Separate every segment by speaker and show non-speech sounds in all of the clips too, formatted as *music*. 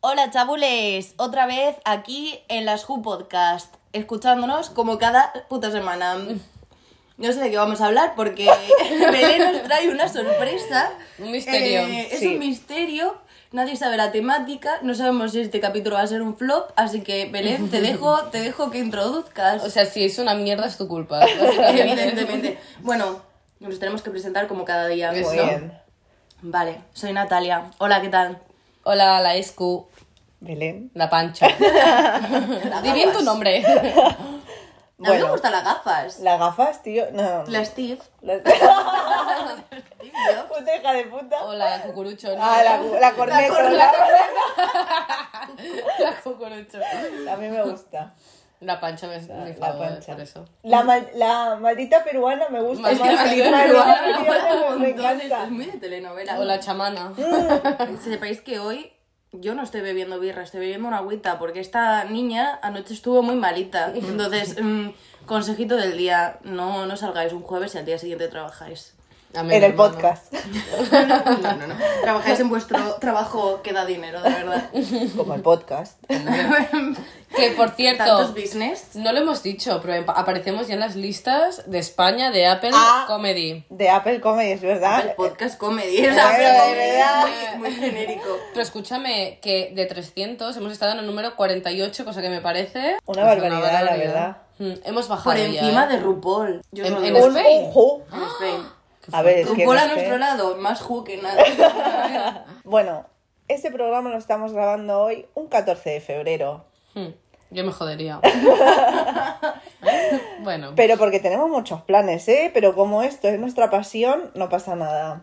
Speaker 1: Hola chabules, otra vez aquí en las Who Podcast, escuchándonos como cada puta semana. No sé de qué vamos a hablar
Speaker 2: *laughs*
Speaker 1: porque Belén nos trae una sorpresa.
Speaker 2: Un misterio,
Speaker 1: Eh, es
Speaker 2: sí.
Speaker 1: un misterio, nadie sabe la temática, no sabemos si este capítulo va a ser un flop, así que Belén, te
Speaker 2: *laughs*
Speaker 1: dejo, te dejo que introduzcas.
Speaker 2: O sea, si es una mierda es tu culpa.
Speaker 1: *laughs*
Speaker 2: básicamente.
Speaker 3: *laughs*
Speaker 1: Evidentemente.
Speaker 2: *laughs*
Speaker 1: Bueno, nos tenemos que presentar como cada día.
Speaker 2: Eso.
Speaker 3: Muy
Speaker 1: ¿no?
Speaker 3: Pues bien.
Speaker 1: Vale, soy Natalia. Hola, ¿qué
Speaker 2: *laughs*
Speaker 1: tal?
Speaker 2: Hola, la Escu,
Speaker 3: Belén.
Speaker 2: la
Speaker 3: *laughs*
Speaker 2: Pancha. Di bien tu nombre.
Speaker 1: A mí me
Speaker 3: Bueno.
Speaker 1: gustan las gafas.
Speaker 3: Las gafas, tío. No.
Speaker 1: La Steve.
Speaker 3: Las-
Speaker 1: Steve Jobs.
Speaker 3: Puta hija de puta.
Speaker 2: O la cucurucho, ¿no?
Speaker 3: Ah, la, la corneta.
Speaker 1: corneta.
Speaker 3: La,
Speaker 2: *laughs* La cucurucho.
Speaker 3: a mí me gusta.
Speaker 2: La Pancha me es mi
Speaker 3: La
Speaker 2: favor,
Speaker 3: pancha.
Speaker 2: por eso.
Speaker 3: La, mal- la maldita peruana me gusta
Speaker 2: Maldita
Speaker 3: más.
Speaker 2: maldita
Speaker 3: Maldita
Speaker 2: peruana.
Speaker 3: peruana me- me
Speaker 1: Entonces, Es
Speaker 3: encanta.
Speaker 1: muy de telenovela.
Speaker 2: O la chamana.
Speaker 3: Mm.
Speaker 2: *laughs*
Speaker 1: Sepáis que hoy yo no estoy bebiendo birra, estoy bebiendo una agüita porque esta niña anoche estuvo muy malita. Entonces, mm, consejito del día, no, no salgáis un jueves y al día siguiente trabajáis.
Speaker 2: Amén,
Speaker 3: En el
Speaker 2: hermano.
Speaker 3: podcast.
Speaker 1: No, *laughs* no, no, no. Trabajáis en vuestro trabajo que da dinero, de verdad.
Speaker 3: Como el podcast.
Speaker 2: Que
Speaker 1: Tantos
Speaker 2: por cierto,
Speaker 1: business.
Speaker 2: no lo hemos dicho, pero empa- aparecemos ya en las listas de España de Apple
Speaker 3: Ah.
Speaker 2: Comedy.
Speaker 3: De Apple Comedy, es
Speaker 1: El
Speaker 3: verdad.
Speaker 1: podcast comedy. O
Speaker 3: Pero
Speaker 1: sea,
Speaker 3: de
Speaker 1: comedy
Speaker 3: verdad.
Speaker 1: es muy, muy genérico.
Speaker 2: Pero escúchame, que de 300 hemos estado en el número 48, cosa que me parece...
Speaker 3: Una
Speaker 2: o sea,
Speaker 3: barbaridad, la verdad.
Speaker 2: Mm, Hemos bajado
Speaker 1: Por
Speaker 2: ya,
Speaker 1: encima
Speaker 2: ¿eh?
Speaker 1: de RuPaul. Yo
Speaker 2: En-
Speaker 1: no lo
Speaker 2: en
Speaker 1: digo.
Speaker 3: Un
Speaker 2: Spain.
Speaker 3: ojo.
Speaker 1: En Spain.
Speaker 3: A ver, es que.
Speaker 1: RuPaul
Speaker 3: no
Speaker 1: a
Speaker 3: sé.
Speaker 1: nuestro lado, más ju que
Speaker 3: *laughs*
Speaker 1: nada.
Speaker 3: Bueno, este programa lo estamos grabando hoy, un 14 de febrero.
Speaker 2: Hmm, Yo me jodería. bueno,
Speaker 3: Pero porque tenemos muchos planes, ¿eh? Pero como esto es nuestra pasión, no pasa nada.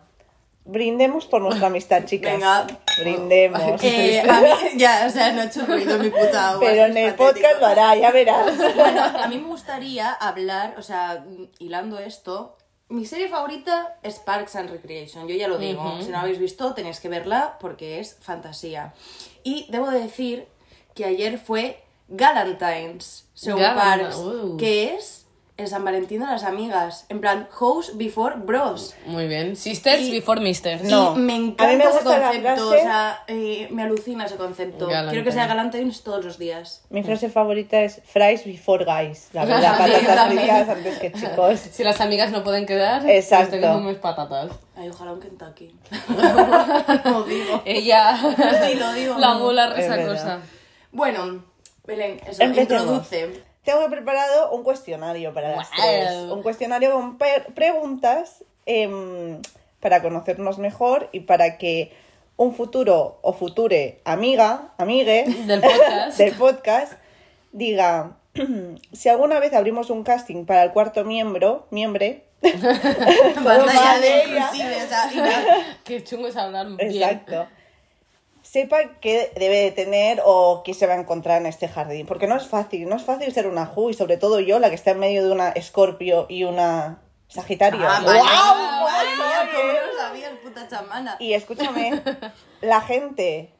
Speaker 3: Brindemos por nuestra amistad, chicas.
Speaker 1: Venga. *laughs*
Speaker 3: Brindemos.
Speaker 1: Eh, a mí, ya, o sea, no ha hecho ruido mi puta agua.
Speaker 3: Pero
Speaker 1: es
Speaker 3: en el
Speaker 1: patético.
Speaker 3: podcast lo hará, ya verás.
Speaker 1: Bueno, a mí me gustaría hablar, o sea, hilando esto, mi serie favorita es Parks and Recreation, yo ya lo digo. Si no la habéis visto, tenéis que verla porque es fantasía. Y debo decir que ayer fue Galantines, según
Speaker 2: Galan-
Speaker 1: Parks,
Speaker 2: uh.
Speaker 1: que es el San Valentín de las amigas, en plan, house before bros.
Speaker 2: muy bien. Sisters
Speaker 1: Y-
Speaker 2: before misters.
Speaker 3: No.
Speaker 1: Y me
Speaker 3: A mí me
Speaker 1: encanta ese
Speaker 3: gusta la
Speaker 1: concepto, o
Speaker 3: frase-
Speaker 1: sea, eh, me alucina ese concepto.
Speaker 2: Galantines.
Speaker 1: Quiero que sea Galantines todos los días.
Speaker 3: Mi frase favorita es fries before guys.
Speaker 2: *laughs*
Speaker 3: La verdad, patatas
Speaker 2: también.
Speaker 3: fritas antes que chicos.
Speaker 2: Si las amigas no pueden quedar,
Speaker 3: Exacto.
Speaker 2: pues te comes patatas.
Speaker 1: Ay, ojalá un Kentucky.
Speaker 3: *laughs*
Speaker 1: lo digo.
Speaker 2: Ella.
Speaker 1: Sí, lo digo.
Speaker 2: La mula
Speaker 3: Es verdad.
Speaker 2: resacosa.
Speaker 1: Bueno, Belén, eso,
Speaker 3: Empecemos. *laughs*
Speaker 1: introduce.
Speaker 3: Tengo preparado un cuestionario para las
Speaker 2: Wow.
Speaker 3: tres. Un cuestionario con per- preguntas em, para conocernos mejor y para que un futuro o future amiga, amigue
Speaker 2: Del podcast.
Speaker 3: del podcast diga *clears throat* si alguna vez abrimos un casting para el cuarto miembro, miembre,
Speaker 1: Batalla de
Speaker 3: vale, ya.
Speaker 1: inclusive, o sea, y nada.
Speaker 2: Qué chungo es hablar bien.
Speaker 3: exacto, sepa qué debe de tener o qué se va a encontrar en este jardín. Porque no es fácil, no es fácil ser una Ju y sobre todo yo, la que está en medio de una Escorpio y una Sagitario.
Speaker 1: Ah,
Speaker 3: ¡Guau!
Speaker 1: vale.
Speaker 3: ¡Guau!
Speaker 1: Madre mía, ¿Cómo no sabías, puta chamana?
Speaker 3: Y escúchame, la gente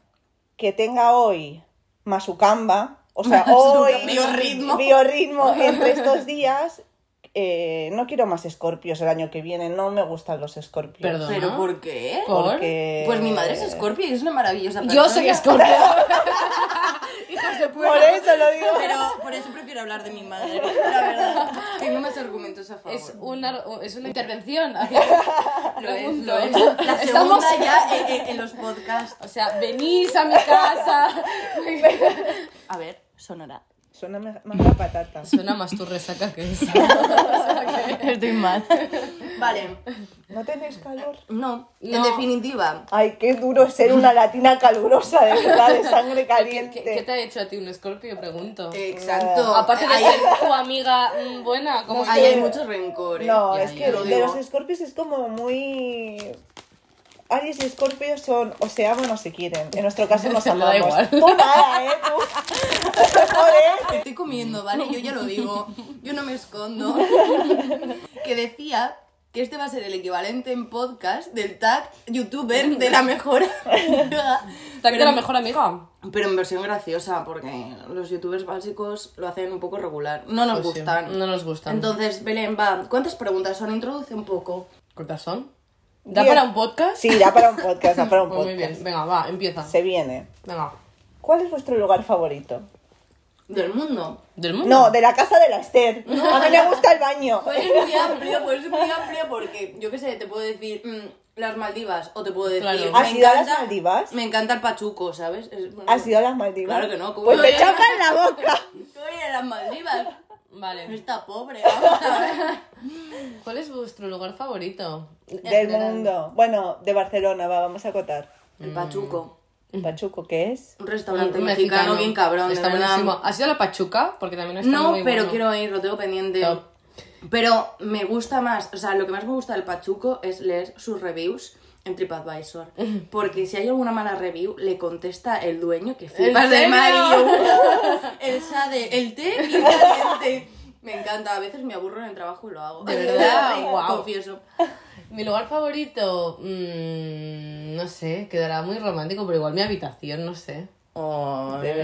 Speaker 3: que tenga hoy Masucamba, o sea, hoy
Speaker 1: Biorritmo.
Speaker 3: biorritmo entre estos días, eh, no quiero más escorpios el año que viene, no me gustan los escorpios.
Speaker 2: Perdón.
Speaker 1: ¿Pero por qué?
Speaker 2: ¿Por?
Speaker 3: Porque...
Speaker 1: Pues mi madre es Scorpio y es una maravillosa persona.
Speaker 2: Yo sé que es Scorpio. Hijos de
Speaker 3: Por
Speaker 2: puta.
Speaker 3: eso lo digo.
Speaker 1: Pero por eso prefiero hablar de mi madre, la verdad. Tengo más argumentos a favor.
Speaker 2: Es una, es una intervención. Pregunto.
Speaker 1: lo es. La segunda
Speaker 2: Estamos-
Speaker 1: ya eh, eh, en los podcasts.
Speaker 2: O sea, venís a mi casa.
Speaker 1: A ver, sonora. *laughs*
Speaker 3: Suena me- más la patata.
Speaker 2: Suena más tu resaca que eso.
Speaker 1: Estoy mal. *laughs* Vale.
Speaker 3: ¿No tenéis calor?
Speaker 1: No, en
Speaker 2: No.
Speaker 1: definitiva.
Speaker 3: Ay, qué duro es ser una latina calurosa, de verdad, de sangre
Speaker 2: ¿Qué,
Speaker 3: caliente.
Speaker 2: qué- qué te ha hecho a ti un escorpio? Pregunto.
Speaker 1: Exacto.
Speaker 2: Aparte de
Speaker 1: Eh, ahí,
Speaker 2: ser tu amiga mm, buena, como
Speaker 1: ahí
Speaker 3: sé.
Speaker 1: hay muchos rencores.
Speaker 3: No,
Speaker 2: Ya,
Speaker 3: es
Speaker 2: ya,
Speaker 3: que
Speaker 2: ya.
Speaker 1: Lo
Speaker 3: de
Speaker 1: digo.
Speaker 3: los escorpios es como muy... Aries y Escorpio son o se aman o se quieren. En nuestro caso
Speaker 1: *laughs*
Speaker 3: nos
Speaker 2: Me da
Speaker 3: amamos.
Speaker 2: igual.
Speaker 3: Tú nada, ¿eh? Tú. ¿eh? Joder.
Speaker 1: Te estoy comiendo, ¿vale? Yo ya lo digo. Yo no me
Speaker 2: *laughs*
Speaker 1: escondo. que decía que este va a ser el equivalente en podcast del tag youtuber de la mejor amiga.
Speaker 2: Te ha
Speaker 1: Pero-
Speaker 2: quedado la mejor amiga.
Speaker 1: Pero en versión graciosa, porque los youtubers básicos lo hacen un poco regular. No nos
Speaker 2: Pues sí,
Speaker 1: gustan.
Speaker 2: no nos gustan.
Speaker 1: Entonces, Belén, va. ¿Cuántas preguntas son? Introduce un poco.
Speaker 2: ¿Cuántas son? ¿Da
Speaker 3: Diez.
Speaker 2: para un podcast?
Speaker 3: Sí, da para un podcast, da para un
Speaker 2: Pues muy
Speaker 3: podcast.
Speaker 2: bien. Venga, va, empieza.
Speaker 3: Se viene.
Speaker 2: Venga.
Speaker 3: ¿Cuál es vuestro lugar favorito?
Speaker 1: Del mundo.
Speaker 2: ¿Del mundo?
Speaker 3: No, de la casa de la Esther. A mí me gusta el baño.
Speaker 1: Pues es muy amplio, pues es muy amplio porque yo qué sé, te puedo decir mm, las Maldivas o te puedo decir.
Speaker 2: Claro.
Speaker 1: me
Speaker 3: ¿Has ido a las
Speaker 1: encanta-
Speaker 3: Maldivas?
Speaker 1: Me encanta el Pachuco, ¿sabes? Es- bueno,
Speaker 3: ¿Has ido a las Maldivas?
Speaker 1: Claro que no, ¿cómo
Speaker 3: Pues
Speaker 1: voy
Speaker 3: me
Speaker 1: a ir?
Speaker 3: choca en la
Speaker 1: *laughs*
Speaker 3: boca.
Speaker 1: ¿Qué voy a ir a las
Speaker 2: *laughs*
Speaker 1: Maldivas? No
Speaker 2: Vale.
Speaker 1: está pobre. vamos a ver.
Speaker 2: ¿Cuál es vuestro lugar favorito?
Speaker 3: Del mundo. Bueno, de Barcelona, va, vamos a acotar.
Speaker 2: Mm.
Speaker 1: El Pachuco.
Speaker 3: Pachuco, ¿qué es?
Speaker 1: Un restaurante mexicano, bien cabrón.
Speaker 2: Está
Speaker 1: de verdad.
Speaker 2: buenísimo. ¿Has ido a la Pachuca? Porque también está
Speaker 1: No,
Speaker 2: muy
Speaker 1: pero
Speaker 2: bueno.
Speaker 1: quiero ir, lo tengo pendiente.
Speaker 2: Top.
Speaker 1: Pero me gusta más, o sea, lo que más me gusta del Pachuco es leer sus reviews en TripAdvisor.
Speaker 2: *laughs*
Speaker 1: Porque si hay alguna mala review, le contesta el dueño que flipas de
Speaker 2: serio?
Speaker 1: Mario.
Speaker 2: *laughs*
Speaker 1: El sade, el té y el caliente. Me encanta, a veces me aburro en el trabajo y lo hago. *laughs*
Speaker 2: ¿De verdad?
Speaker 1: Sí,
Speaker 2: Guau. *laughs*
Speaker 1: Confieso.
Speaker 2: Mi lugar favorito, mm, no sé, quedará muy romántico, pero igual mi habitación, no sé.
Speaker 3: verdad.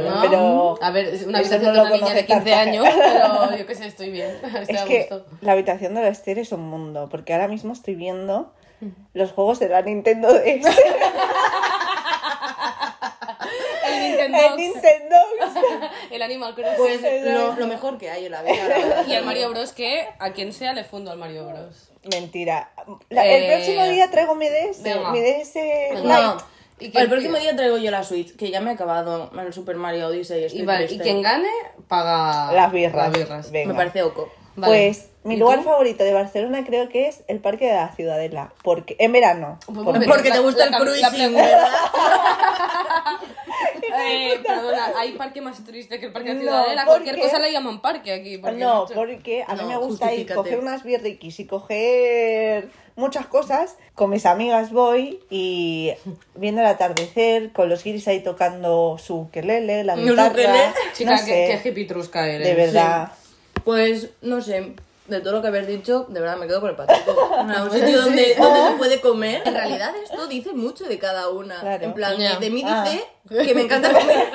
Speaker 2: No,
Speaker 3: Eh, Pero-
Speaker 2: A ver, es una
Speaker 3: Eso
Speaker 2: habitación de
Speaker 3: no lo
Speaker 2: una niña de
Speaker 3: conoce
Speaker 2: 15
Speaker 3: *laughs*
Speaker 2: años, pero yo qué sé, estoy bien. *laughs* Estoy
Speaker 3: es
Speaker 2: a
Speaker 3: que
Speaker 2: gusto.
Speaker 3: la habitación de la Esther es un mundo, porque ahora mismo estoy viendo
Speaker 2: Mm.
Speaker 3: los juegos de la
Speaker 2: *laughs*
Speaker 3: Nintendo DS,
Speaker 2: El
Speaker 3: el eh,
Speaker 2: Nintendo,
Speaker 3: Nintendo.
Speaker 2: *laughs*
Speaker 3: *laughs*
Speaker 2: el Animal Crossing.
Speaker 1: Pues lo, lo mejor que hay en la vida. la verdad.
Speaker 2: *laughs* y el Mario Bros. que a quien sea le fundo al Mario Bros.
Speaker 3: Mentira. La- el
Speaker 2: Eh,
Speaker 3: próximo día traigo mi DS,
Speaker 2: venga.
Speaker 3: mi DS
Speaker 1: No.
Speaker 3: Lite.
Speaker 2: Y que-
Speaker 1: El próximo día traigo yo la Switch, que ya me he acabado el Super Mario Odyssey. estoy
Speaker 2: Y, vale, y
Speaker 1: triste.
Speaker 2: quien gane paga
Speaker 3: Las birras. Venga.
Speaker 1: Me parece oco.
Speaker 2: Vale.
Speaker 3: Pues mi
Speaker 2: ¿Y
Speaker 3: lugar
Speaker 2: tú?
Speaker 3: favorito de Barcelona creo que es el Parque de la Ciudadela, porque en verano.
Speaker 2: Pues,
Speaker 3: porque-
Speaker 1: Porque
Speaker 2: la-
Speaker 1: te gusta
Speaker 2: la-
Speaker 1: el
Speaker 2: la
Speaker 1: cruising,
Speaker 2: pregunta.
Speaker 1: ¿verdad?
Speaker 2: *laughs* Eh, perdona, hay parque más triste que el parque de
Speaker 3: No,
Speaker 2: Ciudadela.
Speaker 3: porque-
Speaker 2: Cualquier cosa le llaman parque aquí. porque
Speaker 3: No,
Speaker 2: mucho-
Speaker 3: porque a mí
Speaker 1: No,
Speaker 3: me gusta ir
Speaker 1: justifícate.
Speaker 3: coger unas birriquis y coger muchas cosas. Con mis amigas voy y viendo el atardecer, con los guiris ahí tocando su ukelele,
Speaker 1: *laughs*
Speaker 3: la
Speaker 1: Un
Speaker 3: guitarra.
Speaker 1: ukelele.
Speaker 2: Chica,
Speaker 3: no
Speaker 2: qué-
Speaker 3: sé,
Speaker 2: qué, hipitrusca eres.
Speaker 3: de verdad.
Speaker 1: Pues no sé, de todo lo que habéis dicho, de verdad me quedo con el *laughs* pachuco. No, un sitio donde, donde se puede comer. En realidad esto dice mucho de cada una.
Speaker 3: Claro.
Speaker 1: En plan,
Speaker 2: Ya.
Speaker 1: de mí
Speaker 3: Ah.
Speaker 1: dice que me encanta *laughs* comer.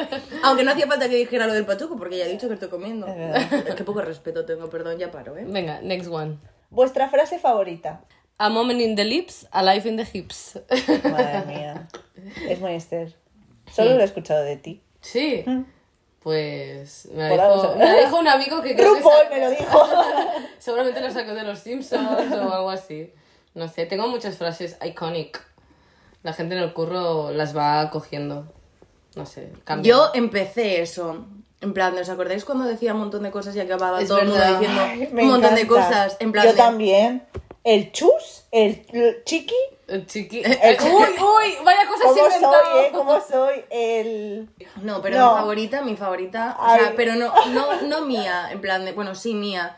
Speaker 1: Aunque no hacía falta que dijera lo del pachuco porque ya he dicho que estoy comiendo.
Speaker 3: Es verdad.
Speaker 1: Qué poco respeto tengo, perdón, ya paro, ¿eh?
Speaker 2: Venga, next one.
Speaker 3: ¿Vuestra frase favorita?
Speaker 2: A moment in the lips, a life in the hips.
Speaker 3: Madre mía. Es muy Esther. Solo lo he escuchado de ti.
Speaker 2: *laughs* sí. Pues me la,
Speaker 3: Hola,
Speaker 2: dijo,
Speaker 3: vos-
Speaker 2: me la dijo un amigo que creo que
Speaker 3: RuPaul
Speaker 2: sa-
Speaker 3: me lo dijo.
Speaker 2: seguramente lo sacó de los Simpsons o algo así. No sé, tengo muchas frases iconic. La gente en el curro las va cogiendo. No sé, cambia.
Speaker 1: Yo empecé eso. En plan, ¿os acordáis cuando decía un montón de cosas y acababa
Speaker 2: Es
Speaker 1: todo el mundo
Speaker 2: verdad.
Speaker 1: diciendo
Speaker 3: Ay, *laughs* me
Speaker 1: *laughs* un montón de
Speaker 3: encanta.
Speaker 1: cosas? En plan,
Speaker 3: Yo
Speaker 1: de-
Speaker 3: también. El chus, el el chiqui.
Speaker 2: El *laughs* chiqui. uy, uy, vaya cosas
Speaker 3: ¿Cómo soy, eh?
Speaker 2: inventado.
Speaker 3: ¿Cómo soy? El...
Speaker 1: No, pero
Speaker 3: No.
Speaker 1: mi favorita, mi favorita, o
Speaker 3: Ay.
Speaker 1: sea, pero
Speaker 3: *laughs*
Speaker 1: no, no, no mía, en plan de, bueno, sí mía,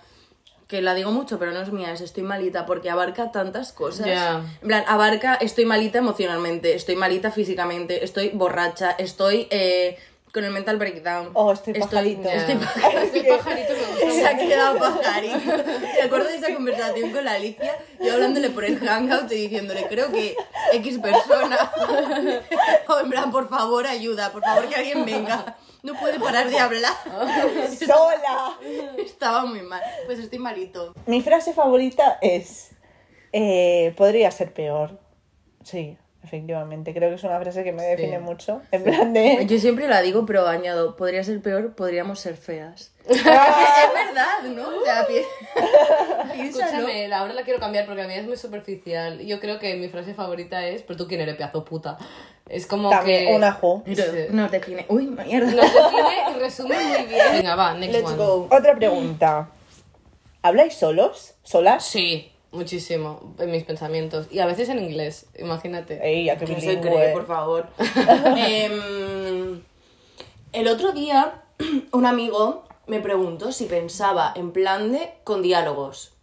Speaker 1: que la digo mucho, pero no es mía, es estoy malita, porque abarca tantas cosas.
Speaker 2: Ya.
Speaker 1: En plan, abarca, estoy malita emocionalmente, estoy malita físicamente, estoy borracha, estoy eh, con el mental breakdown.
Speaker 3: Oh, estoy pajarito.
Speaker 2: Ya.
Speaker 1: estoy pa-
Speaker 2: Este pajarito me
Speaker 1: *laughs*
Speaker 2: gusta
Speaker 1: se ha quedado pajarito. Me acuerdo de esa conversación con la Alicia, yo hablándole por el hangout y diciéndole, creo que X persona. *laughs* o en plan, por favor, ayuda, por favor, que alguien venga. No puede parar de hablar. *laughs*
Speaker 3: ¡Sola!
Speaker 1: Estaba muy mal. Pues estoy malito.
Speaker 3: Mi frase favorita es... eh, podría ser peor. Sí, efectivamente. Creo que es una frase que me define mucho. En plan de...
Speaker 1: Yo siempre la digo, pero añado, podría ser peor, podríamos ser feas.
Speaker 3: *laughs* ¡Ah!
Speaker 1: es verdad, ¿no? O sea, pi- *laughs* piénsalo.
Speaker 2: Escúchame, la hora la quiero cambiar porque a mí es muy superficial. Yo creo que mi frase favorita es, pero tú quién eres, pedazo puta. Es como
Speaker 3: También
Speaker 2: que...
Speaker 3: una jo.
Speaker 2: Sí.
Speaker 1: No te define. Uy, mierda.
Speaker 2: Nos define y resume muy bien. Venga, va, next
Speaker 1: Let's
Speaker 2: one.
Speaker 1: go.
Speaker 3: Otra pregunta. ¿Habláis solos? ¿Solas?
Speaker 2: Sí, muchísimo en mis pensamientos. Y a veces en inglés, imagínate.
Speaker 3: Ey, a qué
Speaker 1: Que se
Speaker 3: bilingüe.
Speaker 1: cree, por favor. Em, el otro día, *clears throat* un amigo me preguntó si pensaba en plan de con diálogos,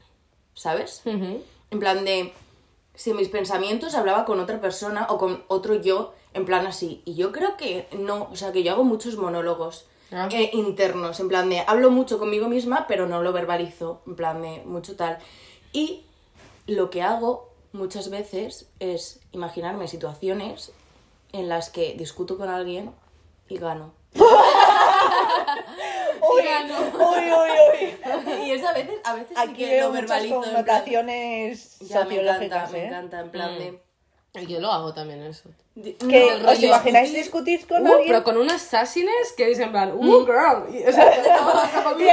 Speaker 1: ¿sabes?
Speaker 2: Ujú.
Speaker 1: En plan de si mis pensamientos hablaba con otra persona o con otro yo, en plan así. Y yo creo que no, o sea, que yo hago muchos monólogos
Speaker 2: Ah.
Speaker 1: eh, internos, en plan de hablo mucho conmigo misma, pero no lo verbalizo, en plan de mucho tal. Y lo que hago muchas veces es imaginarme situaciones en las que discuto con alguien y gano.
Speaker 3: Uy,
Speaker 2: Ya no.
Speaker 3: uy, uy,
Speaker 1: *laughs*
Speaker 3: uy.
Speaker 1: *laughs* Y es a veces, a veces sí
Speaker 3: Aquí
Speaker 1: que
Speaker 3: veo
Speaker 1: lo
Speaker 3: muchas
Speaker 1: verbalizo. en plan-
Speaker 3: connotaciones
Speaker 1: Ya, me encanta,
Speaker 3: sociológicas,
Speaker 1: me
Speaker 3: ¿eh?
Speaker 2: Mm.
Speaker 1: encanta, en plan de...
Speaker 2: Yo lo hago también eso.
Speaker 3: Que
Speaker 2: el
Speaker 3: os
Speaker 2: rollo
Speaker 3: imagináis discutir con
Speaker 2: Uh,
Speaker 3: alguien
Speaker 2: pero con unas assassines que dicen en plan, uh, girl. y- o
Speaker 3: *laughs*
Speaker 2: sea, *laughs*
Speaker 3: y, en,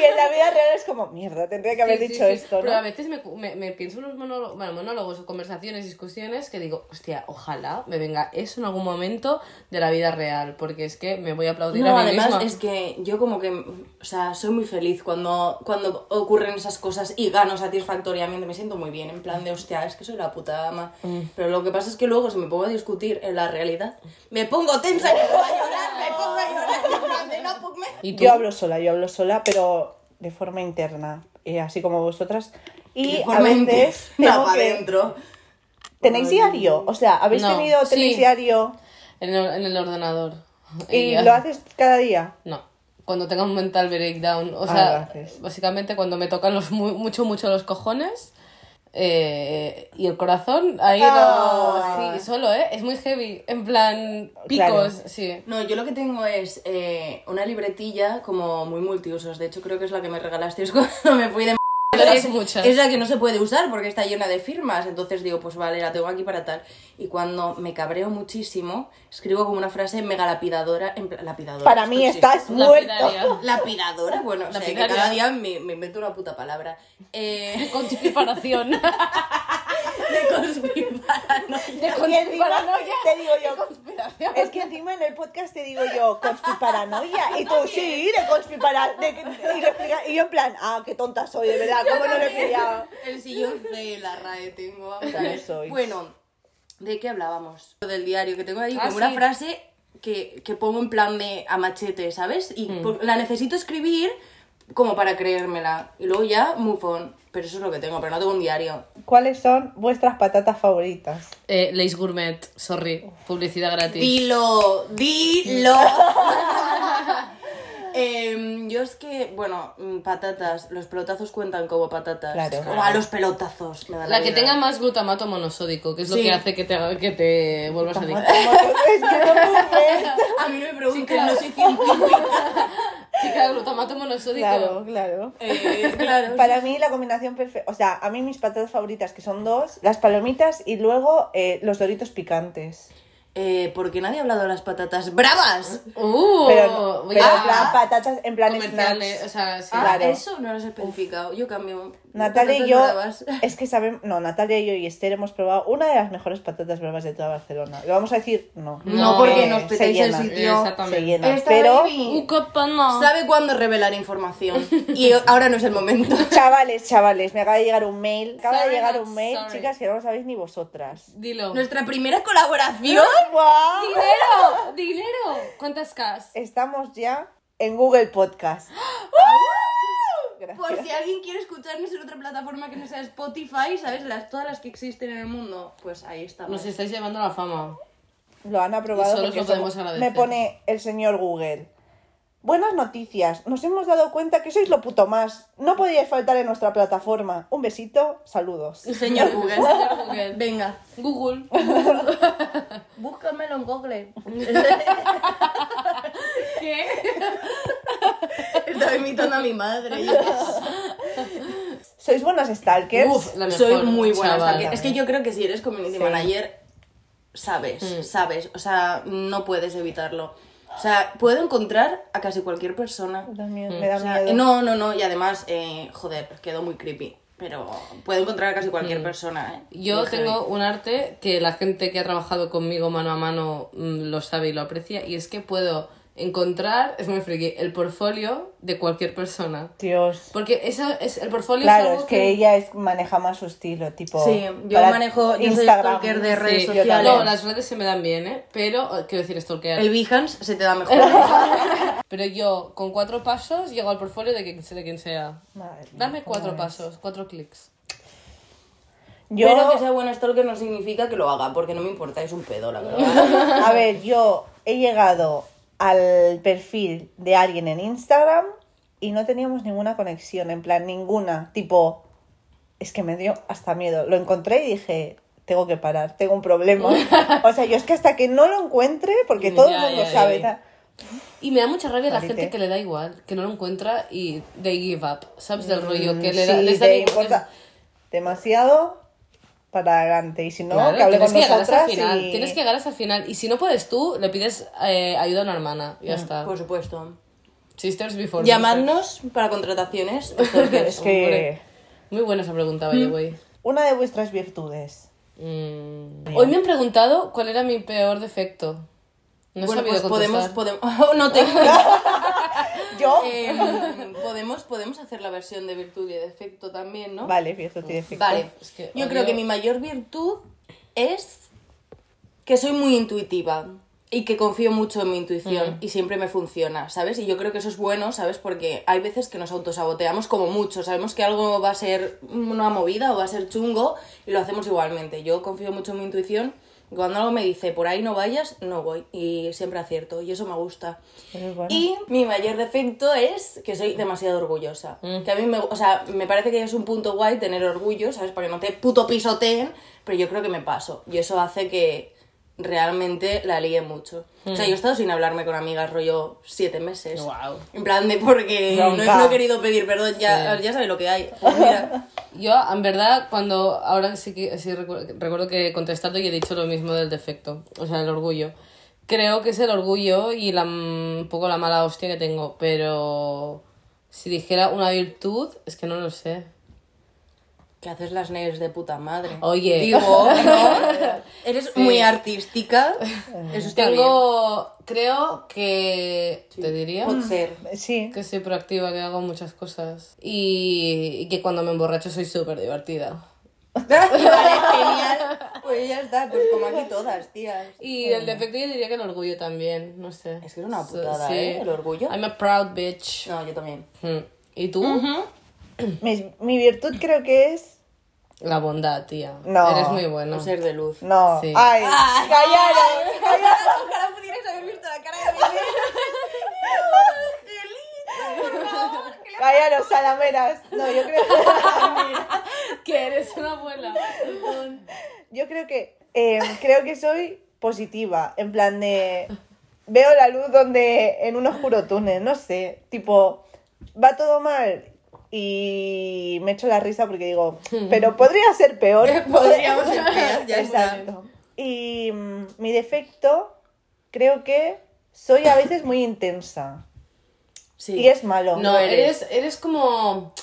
Speaker 3: y en la vida real es como, mierda, tendría que haber
Speaker 2: Sí, sí,
Speaker 3: dicho
Speaker 2: sí.
Speaker 3: esto, ¿no?
Speaker 2: Pero a veces me, me- me pienso unos monólogos, bueno, monólogos o conversaciones, discusiones que digo, hostia, ojalá me venga eso en algún momento de la vida real, porque es que me voy a aplaudir
Speaker 1: No,
Speaker 2: a mí
Speaker 1: además
Speaker 2: misma.
Speaker 1: es que yo como que, o sea, soy muy feliz cuando, cuando ocurren esas cosas y gano satisfactoriamente, me siento muy bien, en plan de, hostia, es que soy la puta ama.
Speaker 3: Mm.
Speaker 1: Pero lo que pasa es que luego si me pongo a discutir en la realidad, me pongo tensa y me pongo a llorar, me pongo a llorar, en plan de, no, pues me-".
Speaker 2: ¿Y tú?
Speaker 3: Yo hablo sola, yo hablo sola, pero de forma interna, eh, así como vosotras. Y
Speaker 1: De
Speaker 3: a
Speaker 1: forma
Speaker 3: veces
Speaker 2: *laughs*
Speaker 1: interna,
Speaker 3: tengo
Speaker 1: pa'
Speaker 3: que-
Speaker 1: dentro.
Speaker 3: ¿Tenéis diario? O sea, ¿habéis
Speaker 2: No,
Speaker 3: tenido tenéis
Speaker 2: sí.
Speaker 3: diario
Speaker 2: En, el, en el ordenador.
Speaker 3: y
Speaker 2: ya.
Speaker 3: lo haces cada día?
Speaker 2: No. Cuando tenga un mental breakdown. O
Speaker 3: Ah,
Speaker 2: sea,
Speaker 3: lo haces.
Speaker 2: básicamente cuando me tocan los mu- mucho, mucho los cojones. eh, y el corazón, ahí
Speaker 3: Ah.
Speaker 2: no. Sí, solo, ¿eh? Es muy heavy. En plan, picos,
Speaker 3: Claro.
Speaker 2: sí.
Speaker 1: No, yo lo que tengo es eh, una libretilla como muy multiusos, de hecho creo que es la que me regalasteis *laughs* cuando me fui de...
Speaker 2: Tenéis muchas.
Speaker 1: Es la que no se puede usar porque está llena de firmas. Entonces digo, pues vale, la tengo aquí para tal. Y cuando me cabreo muchísimo, escribo como una frase mega lapidadora. En pla- lapidadora.
Speaker 3: Para
Speaker 1: esto
Speaker 3: mí
Speaker 1: existe.
Speaker 3: estás
Speaker 2: La
Speaker 3: muerto.
Speaker 2: piraria.
Speaker 1: Lapidadora, bueno, o sea, que
Speaker 2: Lapidaria.
Speaker 1: cada día me, me invento una puta palabra. Eh, *laughs*
Speaker 2: Con
Speaker 3: *laughs*
Speaker 2: separación.
Speaker 1: de conspiranoia.
Speaker 2: De
Speaker 3: Y encima
Speaker 2: conspiranoia.
Speaker 3: te digo
Speaker 2: *laughs*
Speaker 3: yo, *laughs* es que encima en el podcast te digo yo, conspiparanoia, y tú, sí, de conspiparanoia, y, replica- y yo en plan, ah, qué tonta soy, de verdad, cómo no lo he pillado.
Speaker 1: El sillón de la RAE tengo. vamos a
Speaker 3: Tal
Speaker 1: ver.
Speaker 3: sois.
Speaker 1: Bueno, ¿de qué hablábamos? Lo Del diario, que tengo ahí
Speaker 2: Ah,
Speaker 1: como una
Speaker 2: sí.
Speaker 1: frase que, que pongo en plan de a machete, ¿sabes? Y
Speaker 3: Mm.
Speaker 1: por- la necesito escribir como para creérmela. Y luego ya, move on. Pero eso es lo que tengo, pero no tengo un diario.
Speaker 3: ¿Cuáles son vuestras patatas favoritas?
Speaker 2: Eh, Leis Gourmet, sorry. Publicidad gratis.
Speaker 1: Dilo,
Speaker 3: *laughs*
Speaker 1: dilo. Em, yo es que, bueno, mm, patatas, los pelotazos cuentan como patatas.
Speaker 3: Claro.
Speaker 1: Es como, "Ah, los pelotazos. me da
Speaker 2: La que
Speaker 1: vida".
Speaker 2: tenga más glutamato monosódico, que es lo
Speaker 1: Sí.
Speaker 2: que hace que te, haga- que te vuelvas adicto.
Speaker 3: Es
Speaker 1: *laughs*
Speaker 3: que no puedo.
Speaker 1: A mí me preguntan, no soy científica.
Speaker 2: Chica, glutamato monosódico.
Speaker 3: Claro, claro.
Speaker 1: Eh, claro.
Speaker 3: Para mí la combinación perfecta, o sea, a mí mis patatas favoritas que son dos, las palomitas y luego eh, los doritos picantes.
Speaker 1: Eh, porque nadie ha hablado de las patatas bravas. Oh,
Speaker 2: Uh,
Speaker 3: Pero, pero
Speaker 2: ya.
Speaker 3: en plan patatas, en plan
Speaker 2: comerciales,
Speaker 3: snacks.
Speaker 2: o sea, sí.
Speaker 1: Ah,
Speaker 3: Claro.
Speaker 1: eso no lo has especificado. Yo cambio.
Speaker 3: Natalia y
Speaker 1: Patatas
Speaker 3: yo, eh,
Speaker 1: bravas. *laughs*
Speaker 3: es que sabemos, no, Natalia y yo y Esther hemos probado una de las mejores patatas bravas de toda Barcelona. Lo vamos a decir, no. Eh,
Speaker 1: No,
Speaker 2: No,
Speaker 1: porque nos
Speaker 3: se
Speaker 1: petáis el
Speaker 3: llena,
Speaker 1: sitio.
Speaker 3: Se
Speaker 2: Exactamente.
Speaker 3: llena,
Speaker 1: Esta
Speaker 3: pero...
Speaker 1: baby.
Speaker 2: Uh, copa no.
Speaker 1: Sabe cuándo revelar información. *laughs* Y ahora no es el momento.
Speaker 3: Chavales, chavales, me acaba de llegar un mail. Acaba de
Speaker 2: Sorry,
Speaker 3: llegar
Speaker 2: not
Speaker 3: un mail,
Speaker 2: sorry.
Speaker 3: chicas, que no lo sabéis ni vosotras.
Speaker 1: *laughs*
Speaker 2: Dilo.
Speaker 1: Nuestra primera colaboración.
Speaker 3: ¡Guau!
Speaker 2: *laughs* Dinero, dinero. ¿Cuántas cas?
Speaker 3: Estamos ya en Google Podcast. Gracias.
Speaker 1: Por si alguien quiere escucharnos en otra plataforma que no sea Spotify, ¿sabes? Las, todas las que existen en el mundo. Pues ahí estamos.
Speaker 2: Nos estáis llevando la fama.
Speaker 3: Lo han aprobado.
Speaker 2: Y solo os
Speaker 3: porque
Speaker 2: lo podemos
Speaker 3: somos-
Speaker 2: agradecer.
Speaker 3: Me pone el señor Google. Buenas noticias. Nos hemos dado cuenta que sois lo puto más. No podíais faltar en nuestra plataforma. Un besito, saludos.
Speaker 1: *laughs* Señor Google.
Speaker 2: Señor
Speaker 1: *laughs*
Speaker 2: Google.
Speaker 1: Venga.
Speaker 2: Google.
Speaker 1: Búscamelo en *laughs* Google.
Speaker 2: ¿Qué?
Speaker 1: Estaba imitando a mi madre. *laughs*
Speaker 3: ¿Sois buenas stalkers?
Speaker 2: Uf, *laughs* la mejor,
Speaker 1: Soy muy buena.
Speaker 2: chavala.
Speaker 1: hasta que- Es que yo creo que si eres community
Speaker 3: Sí.
Speaker 1: manager, sabes, sabes. O sea, no puedes evitarlo. O sea, puedo encontrar a casi cualquier persona.
Speaker 3: Me da miedo.
Speaker 2: Mm.
Speaker 3: me da
Speaker 1: O sea,
Speaker 3: miedo.
Speaker 1: no, no, no. Y además, eh, joder, quedó muy creepy. Pero puedo encontrar a casi cualquier persona, ¿eh?
Speaker 2: Yo
Speaker 1: Muy heavy.
Speaker 2: tengo un arte que la gente que ha trabajado conmigo mano a mano mm, lo sabe y lo aprecia, y es que puedo encontrar, es muy friki, el portfolio de cualquier persona.
Speaker 3: Dios.
Speaker 2: Porque eso es, el portfolio es
Speaker 3: Claro,
Speaker 2: algo
Speaker 3: es que ella es, maneja más su estilo, tipo...
Speaker 1: Sí, yo
Speaker 3: para
Speaker 1: manejo- yo soy stalker de redes
Speaker 3: yo
Speaker 1: sociales.
Speaker 3: también.
Speaker 2: No, las redes se me dan bien, ¿eh? Pero, eh, quiero decir, stalkear.
Speaker 1: El Behance se te da mejor.
Speaker 2: Pero yo, con cuatro pasos, llego al portfolio de quien, de quien sea.
Speaker 3: Madre mía,
Speaker 2: Dame cuatro
Speaker 3: ¿cómo es?
Speaker 2: pasos, cuatro clics.
Speaker 3: Yo...
Speaker 1: Pero que sea buena stalker no significa que lo haga, porque no me importa, es un pedo, la verdad.
Speaker 3: *laughs* A ver, yo he llegado al perfil de alguien en Instagram y no teníamos ninguna conexión, en plan, ninguna. Tipo, es que me dio hasta miedo. Lo encontré y dije, tengo que parar, tengo un problema.
Speaker 1: *laughs*
Speaker 3: O sea, yo es que hasta que no lo encuentre, porque todo el
Speaker 2: Ya,
Speaker 3: mundo
Speaker 2: ya, ya,
Speaker 3: sabe.
Speaker 2: ya.
Speaker 3: tal.
Speaker 2: Y me da mucha rabia la
Speaker 3: Parite.
Speaker 2: gente que le da igual, que no lo encuentra y they give up. ¿Sabes del rollo? Que
Speaker 3: Mm,
Speaker 2: le da,
Speaker 3: sí,
Speaker 2: les da
Speaker 3: te
Speaker 2: igual.
Speaker 3: importa demasiado. para adelante. Y si no,
Speaker 2: Claro,
Speaker 3: que hable
Speaker 2: tienes
Speaker 3: con
Speaker 2: que llegar hasta
Speaker 3: nosotras
Speaker 2: el final.
Speaker 3: y-
Speaker 2: Tienes que llegar hasta el final. Y si no puedes tú, le pides eh, ayuda a una hermana.
Speaker 3: Mm,
Speaker 2: Ya está.
Speaker 1: Por
Speaker 3: pues
Speaker 1: supuesto.
Speaker 2: Sisters before. sisters.
Speaker 1: Llamadnos para contrataciones.
Speaker 3: Es que... Mm.
Speaker 2: Hombre. Muy buena esa pregunta, by the way.
Speaker 3: Una de vuestras virtudes.
Speaker 2: Mm. Hoy me han preguntado cuál era mi peor defecto. *laughs* No he
Speaker 1: bueno,
Speaker 2: sabido
Speaker 1: pues podemos,
Speaker 2: contestar.
Speaker 1: podemos... *laughs* Oh, no tengo...
Speaker 2: Ah,
Speaker 3: ¿Yo?
Speaker 2: eh,
Speaker 1: Em, podemos, podemos hacer la versión de virtud y defecto también, ¿no?
Speaker 3: Vale, virtud y defecto.
Speaker 1: Vale.
Speaker 2: Es que
Speaker 1: Yo
Speaker 2: odio-
Speaker 1: creo que mi mayor virtud es que soy muy intuitiva y que confío mucho en mi
Speaker 2: Mm.
Speaker 1: intuición y siempre me funciona, ¿sabes? Y yo creo que eso es bueno, ¿sabes? Porque hay veces que nos autosaboteamos como mucho, sabemos que algo va a ser una movida o va a ser chungo y lo hacemos igualmente. Yo confío mucho en mi intuición. y Cuando algo me dice por ahí no vayas, no voy y siempre acierto y eso me gusta.
Speaker 3: Eso es bueno.
Speaker 1: Y mi mayor defecto es que soy demasiado orgullosa.
Speaker 2: Mm.
Speaker 1: Que a mí me, o sea, me parece que es un punto guay tener orgullo, ¿sabes? Para que no te puto pisoteen, pero yo creo que me paso. Y eso hace que realmente la líe mucho. O sea, yo he estado sin hablarme con amigas rollo siete meses.
Speaker 2: Mm. Guau.
Speaker 1: En plan de porque no,
Speaker 3: Bronca.
Speaker 1: no he querido pedir perdón, ya, ya sabes lo que
Speaker 2: *laughs*
Speaker 1: hay. Pues mira,
Speaker 2: Yo, en verdad, cuando ahora sí que sí recu- recuerdo que he contestado y he dicho lo mismo del defecto, o sea, el orgullo. Creo que es el orgullo y la, un poco la mala hostia que tengo, pero si dijera una virtud, es que no lo sé.
Speaker 1: que haces las neves de puta madre.
Speaker 2: Oye.
Speaker 1: Digo,
Speaker 2: *laughs*
Speaker 1: ¿no? Eres muy artística. Eso está
Speaker 2: Tengo, creo que, te diría,
Speaker 1: bien. Puede ser.
Speaker 3: Sí.
Speaker 2: que soy proactiva, que hago muchas cosas y, y que cuando me emborracho soy súper divertida.
Speaker 1: vale, genial. Pues ya está, pues como aquí todas, tías.
Speaker 2: Y el defecto yo diría que el orgullo también, no sé.
Speaker 1: Es que es una
Speaker 2: So-
Speaker 1: putada, ¿eh? El orgullo.
Speaker 2: I'm a proud bitch.
Speaker 1: No, yo también.
Speaker 2: Hmm. ¿Y tú?
Speaker 3: Mi, mi virtud creo que es...
Speaker 2: La bondad, tía.
Speaker 3: No.
Speaker 2: Eres muy buena.
Speaker 1: Un ser de luz.
Speaker 3: No.
Speaker 2: Sí. Ah.
Speaker 3: ¡Ay!
Speaker 1: ¡Ay!
Speaker 3: ¡Callaros!
Speaker 1: Ojalá pudierais haber visto la cara de mi Angelita, por favor.
Speaker 3: ¡Callaros, salameras! No, yo creo que...
Speaker 2: que eres una abuela.
Speaker 3: Yo creo que eh, creo que soy positiva, en plan de veo la luz donde en un oscuro túnel, no sé, tipo va todo mal y me echo la risa porque digo, pero podría ser peor.
Speaker 1: *laughs* Podríamos ser feas, ya está.
Speaker 3: Exacto. Y mm, mi defecto creo que soy a veces muy intensa
Speaker 1: Sí.
Speaker 3: y es malo.
Speaker 2: No,
Speaker 1: eres.
Speaker 2: eres, eres como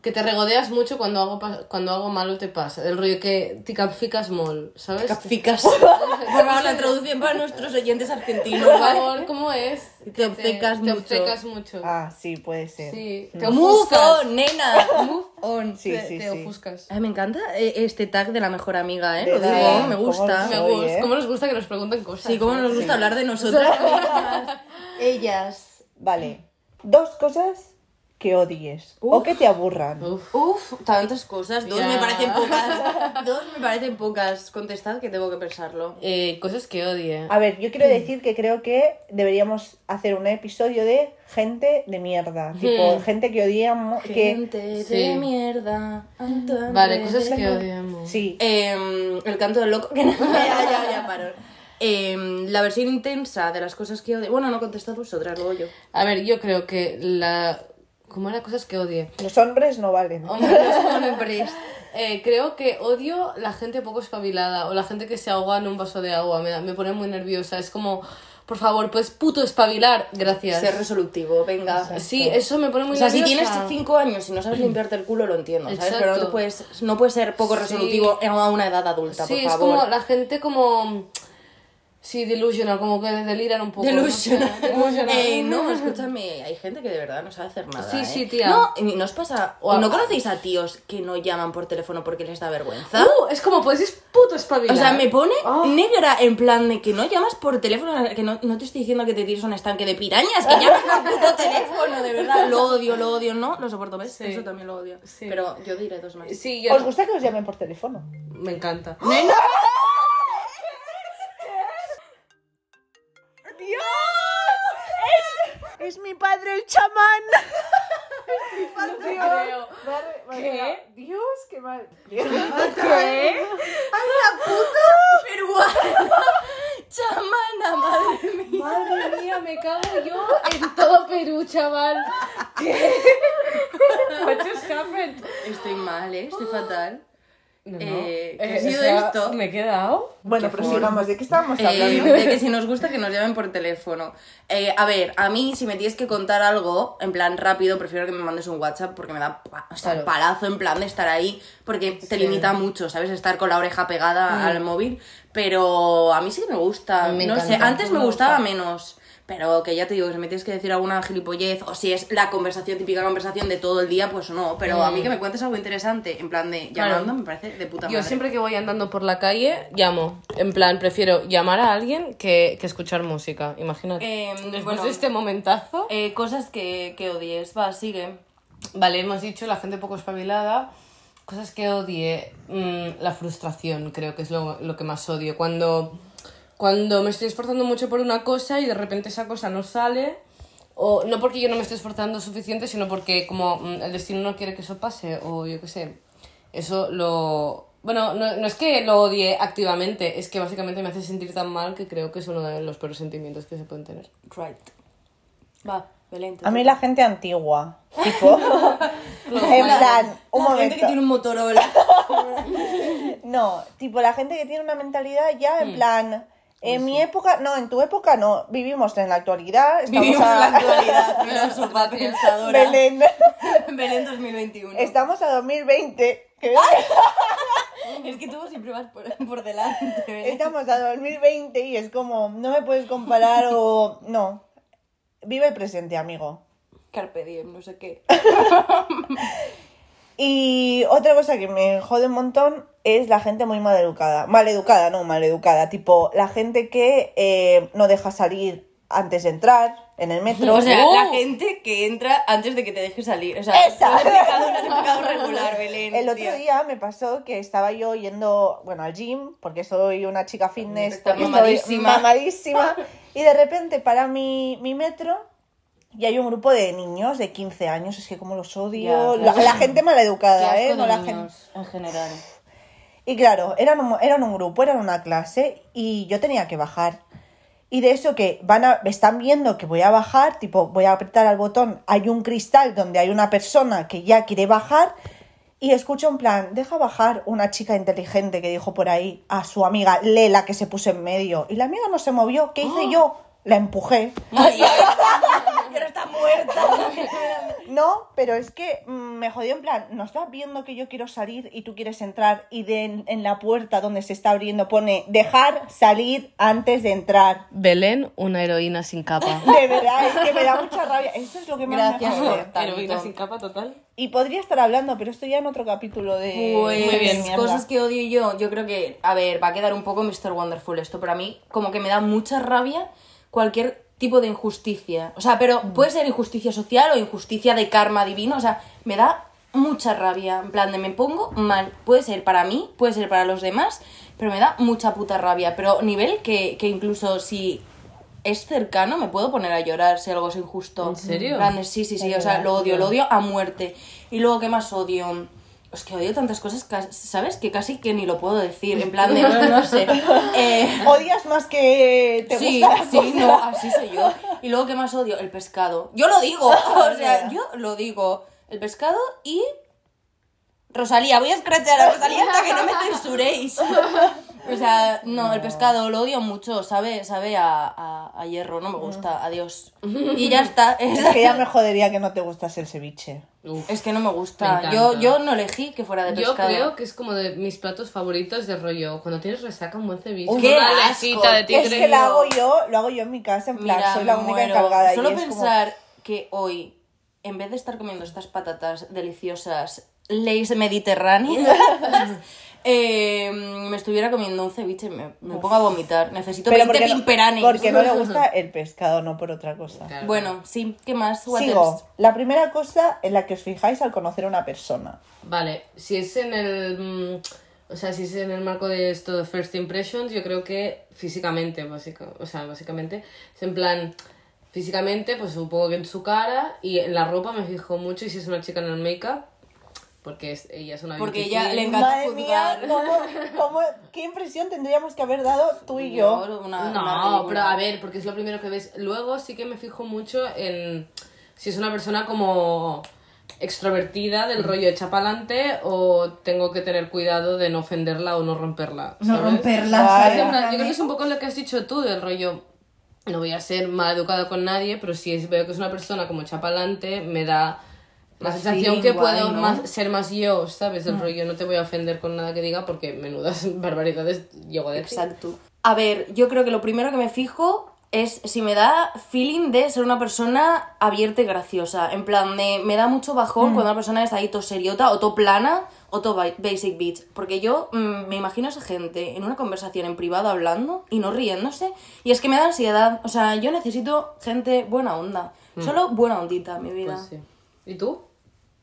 Speaker 2: que te regodeas mucho cuando algo, pa- cuando algo malo te pasa. El rollo que te capficas mol,
Speaker 1: *laughs*
Speaker 2: ¿sabes?
Speaker 1: Capficas. Por favor, la traducción para nuestros oyentes argentinos,
Speaker 2: Por
Speaker 1: ¿vale?
Speaker 2: favor, ¿cómo es?
Speaker 1: Te
Speaker 2: Que
Speaker 1: obcecas
Speaker 2: Te
Speaker 1: mucho.
Speaker 2: obcecas mucho.
Speaker 3: Ah, sí, puede ser.
Speaker 2: Sí. Te
Speaker 1: Move
Speaker 2: ofuscas.
Speaker 1: on, nena.
Speaker 2: Move on.
Speaker 3: Sí,
Speaker 2: te,
Speaker 3: sí,
Speaker 2: te
Speaker 3: sí.
Speaker 2: ofuscas.
Speaker 1: Ay, me encanta eh, este tag de la mejor amiga, ¿eh? Lo
Speaker 3: ¿Verdad?
Speaker 1: digo, me
Speaker 3: ¿Cómo
Speaker 1: gusta.
Speaker 2: Me
Speaker 3: Soy,
Speaker 2: gusta.
Speaker 3: ¿eh?
Speaker 2: ¿Cómo nos gusta que nos pregunten cosas?
Speaker 1: Sí, cómo
Speaker 2: ¿no?
Speaker 1: nos gusta hablar de nosotras mismas. *laughs* Ellas.
Speaker 3: Vale. Dos cosas que odies o que te aburran.
Speaker 2: Uf.
Speaker 1: Uf, tantas cosas. Dos
Speaker 2: Ya.
Speaker 1: me parecen pocas. *laughs* Dos me parecen pocas. Contestad que tengo que pensarlo.
Speaker 2: Eh, cosas que odie.
Speaker 3: A ver, yo
Speaker 1: Mm.
Speaker 3: quiero decir que creo que deberíamos hacer un episodio de gente de mierda. Tipo, gente que odiamos. Que...
Speaker 1: Mm. Gente
Speaker 2: Sí.
Speaker 1: de mierda. Antoine
Speaker 2: Vale,
Speaker 1: de
Speaker 2: cosas que
Speaker 1: Belén.
Speaker 2: odiamos.
Speaker 3: Sí.
Speaker 1: Em, el canto del loco. Que no, *laughs* ya, ya, ya, paro. Em, la versión intensa de las cosas que odio. Bueno, no contestad vosotras, luego *laughs* yo.
Speaker 2: A ver, yo creo que la. ¿Cómo era cosas que odie?
Speaker 3: Los hombres no valen.
Speaker 1: oh,
Speaker 2: Hombre, los hombres. Eh, creo que odio la gente poco espabilada o la gente que se ahoga en un vaso de agua. Me, da- me pone muy nerviosa. Es como, por favor, pues puto espabilar. Gracias.
Speaker 1: Ser resolutivo, venga.
Speaker 2: Sí, eso me pone muy
Speaker 1: O sea, si
Speaker 2: nerviosa.
Speaker 1: tienes 5 años y no sabes limpiarte el culo, lo entiendo, ¿sabes? Pero no, te
Speaker 2: Exacto.
Speaker 1: puedes, no puedes ser poco
Speaker 2: Sí.
Speaker 1: resolutivo a una edad adulta,
Speaker 2: Sí,
Speaker 1: por
Speaker 2: es
Speaker 1: favor.
Speaker 2: como la gente como. Sí, delusional, como que deliran un poco. no sé,
Speaker 1: Delusional.
Speaker 2: *laughs* delusional.
Speaker 1: Eh, no, escúchame, hay gente que de verdad no sabe hacer nada.
Speaker 2: Sí,
Speaker 1: ¿eh?
Speaker 2: sí, tía.
Speaker 1: No, y no os pasa.
Speaker 2: O a-
Speaker 1: ¿No conocéis a tíos que no llaman por teléfono porque les da vergüenza?
Speaker 2: Uh, es como, pues es puto espabilar.
Speaker 1: O sea, me pone
Speaker 2: Oh.
Speaker 1: negra en plan de que no llamas por teléfono, que no, no te estoy diciendo que te tires un estanque de
Speaker 2: *laughs*
Speaker 1: pirañas, que llamas por puto teléfono, de verdad. Lo odio, lo odio, ¿no? Lo soporto, ¿ves? Eso también lo odio.
Speaker 2: Sí.
Speaker 1: Pero yo diré dos más.
Speaker 2: Sí, yo.
Speaker 3: ¿Os gusta que os llamen por teléfono?
Speaker 2: Me encanta.
Speaker 3: ¡Dios! Es, mi padre el
Speaker 2: *laughs*
Speaker 3: chamán.
Speaker 2: No te creo. ¿Qué?
Speaker 3: Dios, qué mal.
Speaker 2: ¿Qué?
Speaker 1: ¡Ay, la puta peruana! *laughs* ¡Chamana, madre mía!
Speaker 2: Madre mía, me cago yo en todo Perú, chaval. ¿Qué? *laughs* What just happened?
Speaker 1: Ah. Estoy mal, ¿eh? Estoy fatal.
Speaker 2: No, no.
Speaker 1: Eh,
Speaker 2: Eh,
Speaker 1: ¿qué ha sido
Speaker 2: o sea,
Speaker 1: esto?
Speaker 2: ¿Me he quedado?
Speaker 3: *laughs* Bueno,
Speaker 1: Qué
Speaker 3: prosigamos. ¿De qué estábamos
Speaker 1: Eh,
Speaker 3: hablando?
Speaker 1: de que si nos gusta que nos llamen por teléfono. Eh, a ver, a mí si me tienes que contar algo, en plan rápido, prefiero que me mandes un WhatsApp porque me da pa- o sea,
Speaker 2: Claro.
Speaker 1: palazo en plan de estar ahí, porque te
Speaker 2: Sí. Mm.
Speaker 1: limita mucho, ¿sabes? Estar con la oreja pegada al móvil, pero a mí sí que me gusta,
Speaker 2: A mí me
Speaker 1: no sé,
Speaker 2: encanta,
Speaker 1: antes me
Speaker 2: me
Speaker 1: gustaba
Speaker 2: gusta.
Speaker 1: menos. Pero que ya te digo, que si me tienes que decir alguna gilipollez, o si es la conversación, típica conversación de todo el día, pues no. Pero a mí que me cuentes algo interesante, en plan de
Speaker 2: Mm. Claro.
Speaker 1: llamando, me parece de puta madre.
Speaker 2: Yo siempre que voy andando por la calle, llamo. En plan, prefiero llamar a alguien que, que escuchar música. Imagínate.
Speaker 1: Eh,
Speaker 2: Después
Speaker 1: bueno.
Speaker 2: de este momentazo.
Speaker 1: Eh, cosas que, que odies, va, sigue.
Speaker 2: Vale, hemos dicho la gente poco espabilada. Cosas que odie. mm, la frustración, creo que es lo, lo que más odio. Cuando, cuando me estoy esforzando mucho por una cosa y de repente esa cosa no sale. O no porque yo no me esté esforzando suficiente, sino porque como mm, el destino no quiere que eso pase. O yo qué sé. Eso lo... Bueno, no, no es que lo odie activamente, es que básicamente me hace sentir tan mal que creo que es uno de los peores sentimientos que se pueden tener.
Speaker 1: Right. Va, Belén.
Speaker 3: A mí la gente antigua.
Speaker 1: *laughs*
Speaker 3: Tipo. en plan, un momento.
Speaker 1: un
Speaker 3: *laughs*
Speaker 1: Motorola.
Speaker 3: No, tipo la gente que tiene una mentalidad ya
Speaker 1: Mm.
Speaker 3: en plan.
Speaker 1: Pues
Speaker 3: En mi época, no, en tu época no. Vivimos en la actualidad. Estamos
Speaker 1: Vivimos
Speaker 3: a...
Speaker 1: la
Speaker 3: *laughs*
Speaker 1: actualidad, filósofa pensadora.
Speaker 3: Belén.
Speaker 1: *laughs* Belén 2021.
Speaker 3: Estamos a 2020. que-
Speaker 1: Es que tú siempre vas por, por delante, Belén.
Speaker 3: Estamos a 2020 y es como, no me puedes comparar
Speaker 1: *laughs*
Speaker 3: o. No. Vive el presente, amigo.
Speaker 1: Carpe diem, no sé qué.
Speaker 3: Y otra cosa que me jode un montón es la gente muy mal educada. Mal educada, no, mal educada. Tipo, la gente que eh, no deja salir antes de entrar en el
Speaker 1: *laughs*
Speaker 3: metro.
Speaker 1: O sea, uh.
Speaker 2: ¡Oh!
Speaker 1: la gente que entra antes de que te deje salir. O sea,
Speaker 3: ¡Esa!
Speaker 1: lo has explicado, lo has explicado regular, Belén.
Speaker 3: El
Speaker 1: tía.
Speaker 3: otro día ¿eh? me pasó que estaba yo yendo, bueno, al gym, porque soy una chica fitness,
Speaker 1: Está
Speaker 3: porque estoy
Speaker 1: mamadísima.
Speaker 3: mamadísima,
Speaker 1: *laughs*
Speaker 3: y de repente para mi, mi metro y hay un grupo de niños de 15 años, es que como los odio,
Speaker 1: Ya,
Speaker 3: la,
Speaker 1: claro.
Speaker 3: la gente maleducada, ¿eh? No la gente...
Speaker 1: En general.
Speaker 3: Y claro, eran un, eran un grupo, eran una clase y yo tenía que bajar. Y de eso que van a, me están viendo que voy a bajar, tipo voy a apretar al botón, hay un cristal donde hay una persona que ya quiere bajar y escucho en plan, deja bajar una chica inteligente que dijo por ahí a su amiga Lela que se puso en medio y la amiga no se movió, ¿qué hice yo? La empujé.
Speaker 1: Pero está muerta.
Speaker 3: *laughs* No, pero es que mm, me jodió en plan, ¿no estás viendo que yo quiero salir y tú quieres entrar y de, en, en la puerta donde se está abriendo pone dejar salir antes de entrar?
Speaker 2: Belén, una heroína sin capa.
Speaker 3: De verdad, es que me da mucha rabia. Eso es lo que más
Speaker 1: Gracias,
Speaker 3: me jode.
Speaker 1: Jorge. Tanto.
Speaker 2: *laughs* Heroína sin capa total.
Speaker 3: Y podría estar hablando, pero esto ya en otro capítulo de...
Speaker 1: Pues,
Speaker 2: Muy bien,
Speaker 3: mierda.
Speaker 1: cosas que odio yo. Yo creo que, a ver, va a quedar un poco Mr. Wonderful esto, pero a mí como que me da mucha rabia cualquier tipo de injusticia. O sea,
Speaker 2: Mm.
Speaker 1: pero puede ser injusticia social o injusticia de karma divino. O sea, me da mucha rabia. En plan, de me pongo mal. Puede ser para mí, puede ser para los demás, pero me da mucha puta rabia. Pero nivel que, que incluso si es cercano, me puedo poner a llorar si algo es injusto.
Speaker 2: ¿En serio?
Speaker 1: En plan de, sí, sí, sí, o sea, lo odio, lo odio a muerte. Y luego, ¿qué más odio? Es que odio tantas cosas, ca- ¿sabes? Que casi que ni lo puedo decir, en plan de, no, no
Speaker 3: *laughs*
Speaker 1: sé. Eh,
Speaker 3: Odias más que te
Speaker 1: sí,
Speaker 3: gusta la
Speaker 1: sí,
Speaker 3: cosa.
Speaker 1: no, así soy yo. Y luego, ¿qué más odio? El pescado. Yo lo
Speaker 3: *laughs*
Speaker 1: digo, o sea, yo lo digo. El pescado y... Rosalía, voy a escrachar a Rosalía hasta que no me censuréis. O sea, no, el pescado lo odio mucho, sabe, sabe a, a- a hierro, no me gusta, adiós. Y ya está.
Speaker 3: *laughs* *laughs* Es que ya me jodería que no te gustas el ceviche.
Speaker 1: Es que no me
Speaker 2: Me
Speaker 1: gusta.
Speaker 2: encanta.
Speaker 1: yo, yo no elegí que fuera de
Speaker 2: Yo
Speaker 1: pescado.
Speaker 2: creo que es como de mis platos favoritos de rollo. Cuando tienes resaca, un buen ceviche.
Speaker 1: ¡Qué
Speaker 2: una
Speaker 1: asco!
Speaker 2: alecita de
Speaker 3: Es
Speaker 2: tigre.
Speaker 3: que la hago yo, lo hago yo en mi casa, en plan,
Speaker 1: Mira,
Speaker 3: soy la
Speaker 1: me
Speaker 3: única
Speaker 1: muero.
Speaker 3: encargada. y
Speaker 1: Solo
Speaker 3: es como-
Speaker 1: pensar que hoy, en vez de estar comiendo estas patatas deliciosas, leis
Speaker 3: *laughs*
Speaker 1: mediterráneas, eh, me estuviera comiendo un ceviche, me, me pongo a vomitar. Necesito
Speaker 3: Pero
Speaker 1: 20
Speaker 3: porque no,
Speaker 1: pimperanes. *laughs*
Speaker 3: porque no le gusta el pescado, no por otra cosa.
Speaker 2: Claro.
Speaker 1: Bueno, sí, ¿qué más? What else?
Speaker 3: Sigo. La primera cosa en la que os fijáis al conocer a una persona.
Speaker 2: Vale, si es en el. mm, O sea, si es en el marco de esto de First Impressions, yo creo que físicamente, básica, o sea, básicamente. Es en plan. Físicamente, pues supongo que en su cara y en la ropa me fijo mucho. Y si es una chica en el make-up, porque es- ella es una
Speaker 1: Porque
Speaker 2: beauty
Speaker 1: ella
Speaker 2: queen.
Speaker 1: le encanta
Speaker 3: Madre mía,
Speaker 1: juzgar.
Speaker 3: ¿cómo, cómo- qué impresión tendríamos que haber dado tú y yo?
Speaker 1: una- una
Speaker 2: No, pero
Speaker 1: ridícula.
Speaker 2: a ver, porque es lo primero que ves. Luego sí que me fijo mucho en si es una persona como extrovertida del rollo echa pa'lante o tengo que tener cuidado de no ofenderla o no romperla.
Speaker 1: No
Speaker 2: ¿sabes?
Speaker 1: romperla,
Speaker 2: Es
Speaker 1: ¿sabes?
Speaker 2: en plan, yo creo que es un poco lo que has dicho tú, del rollo. No voy a ser mal educada con nadie, pero si es- veo que es una persona como chapalante, me da la
Speaker 1: Más
Speaker 2: sensación
Speaker 1: feeling
Speaker 2: que
Speaker 1: guay,
Speaker 2: puedo
Speaker 1: ¿no? Mm.
Speaker 2: más, ser más yo, ¿sabes? El rollo no te voy a ofender con nada que diga porque menudas *laughs* barbaridades llego a decir.
Speaker 1: Exacto. A ver, yo creo que lo primero que me fijo es si me da feeling de ser una persona abierta y graciosa. En plan, de, me da mucho
Speaker 2: Mm.
Speaker 1: bajón cuando una persona es ahí todo seriota o todo plana o todo ba- basic bitch. Porque yo mm, me imagino a esa gente en una conversación en privado hablando y no riéndose. Y es que me da ansiedad. O sea, yo necesito gente buena onda. Solo buena ondita, mi vida.
Speaker 2: Mm. Pues sí. ¿Y tú?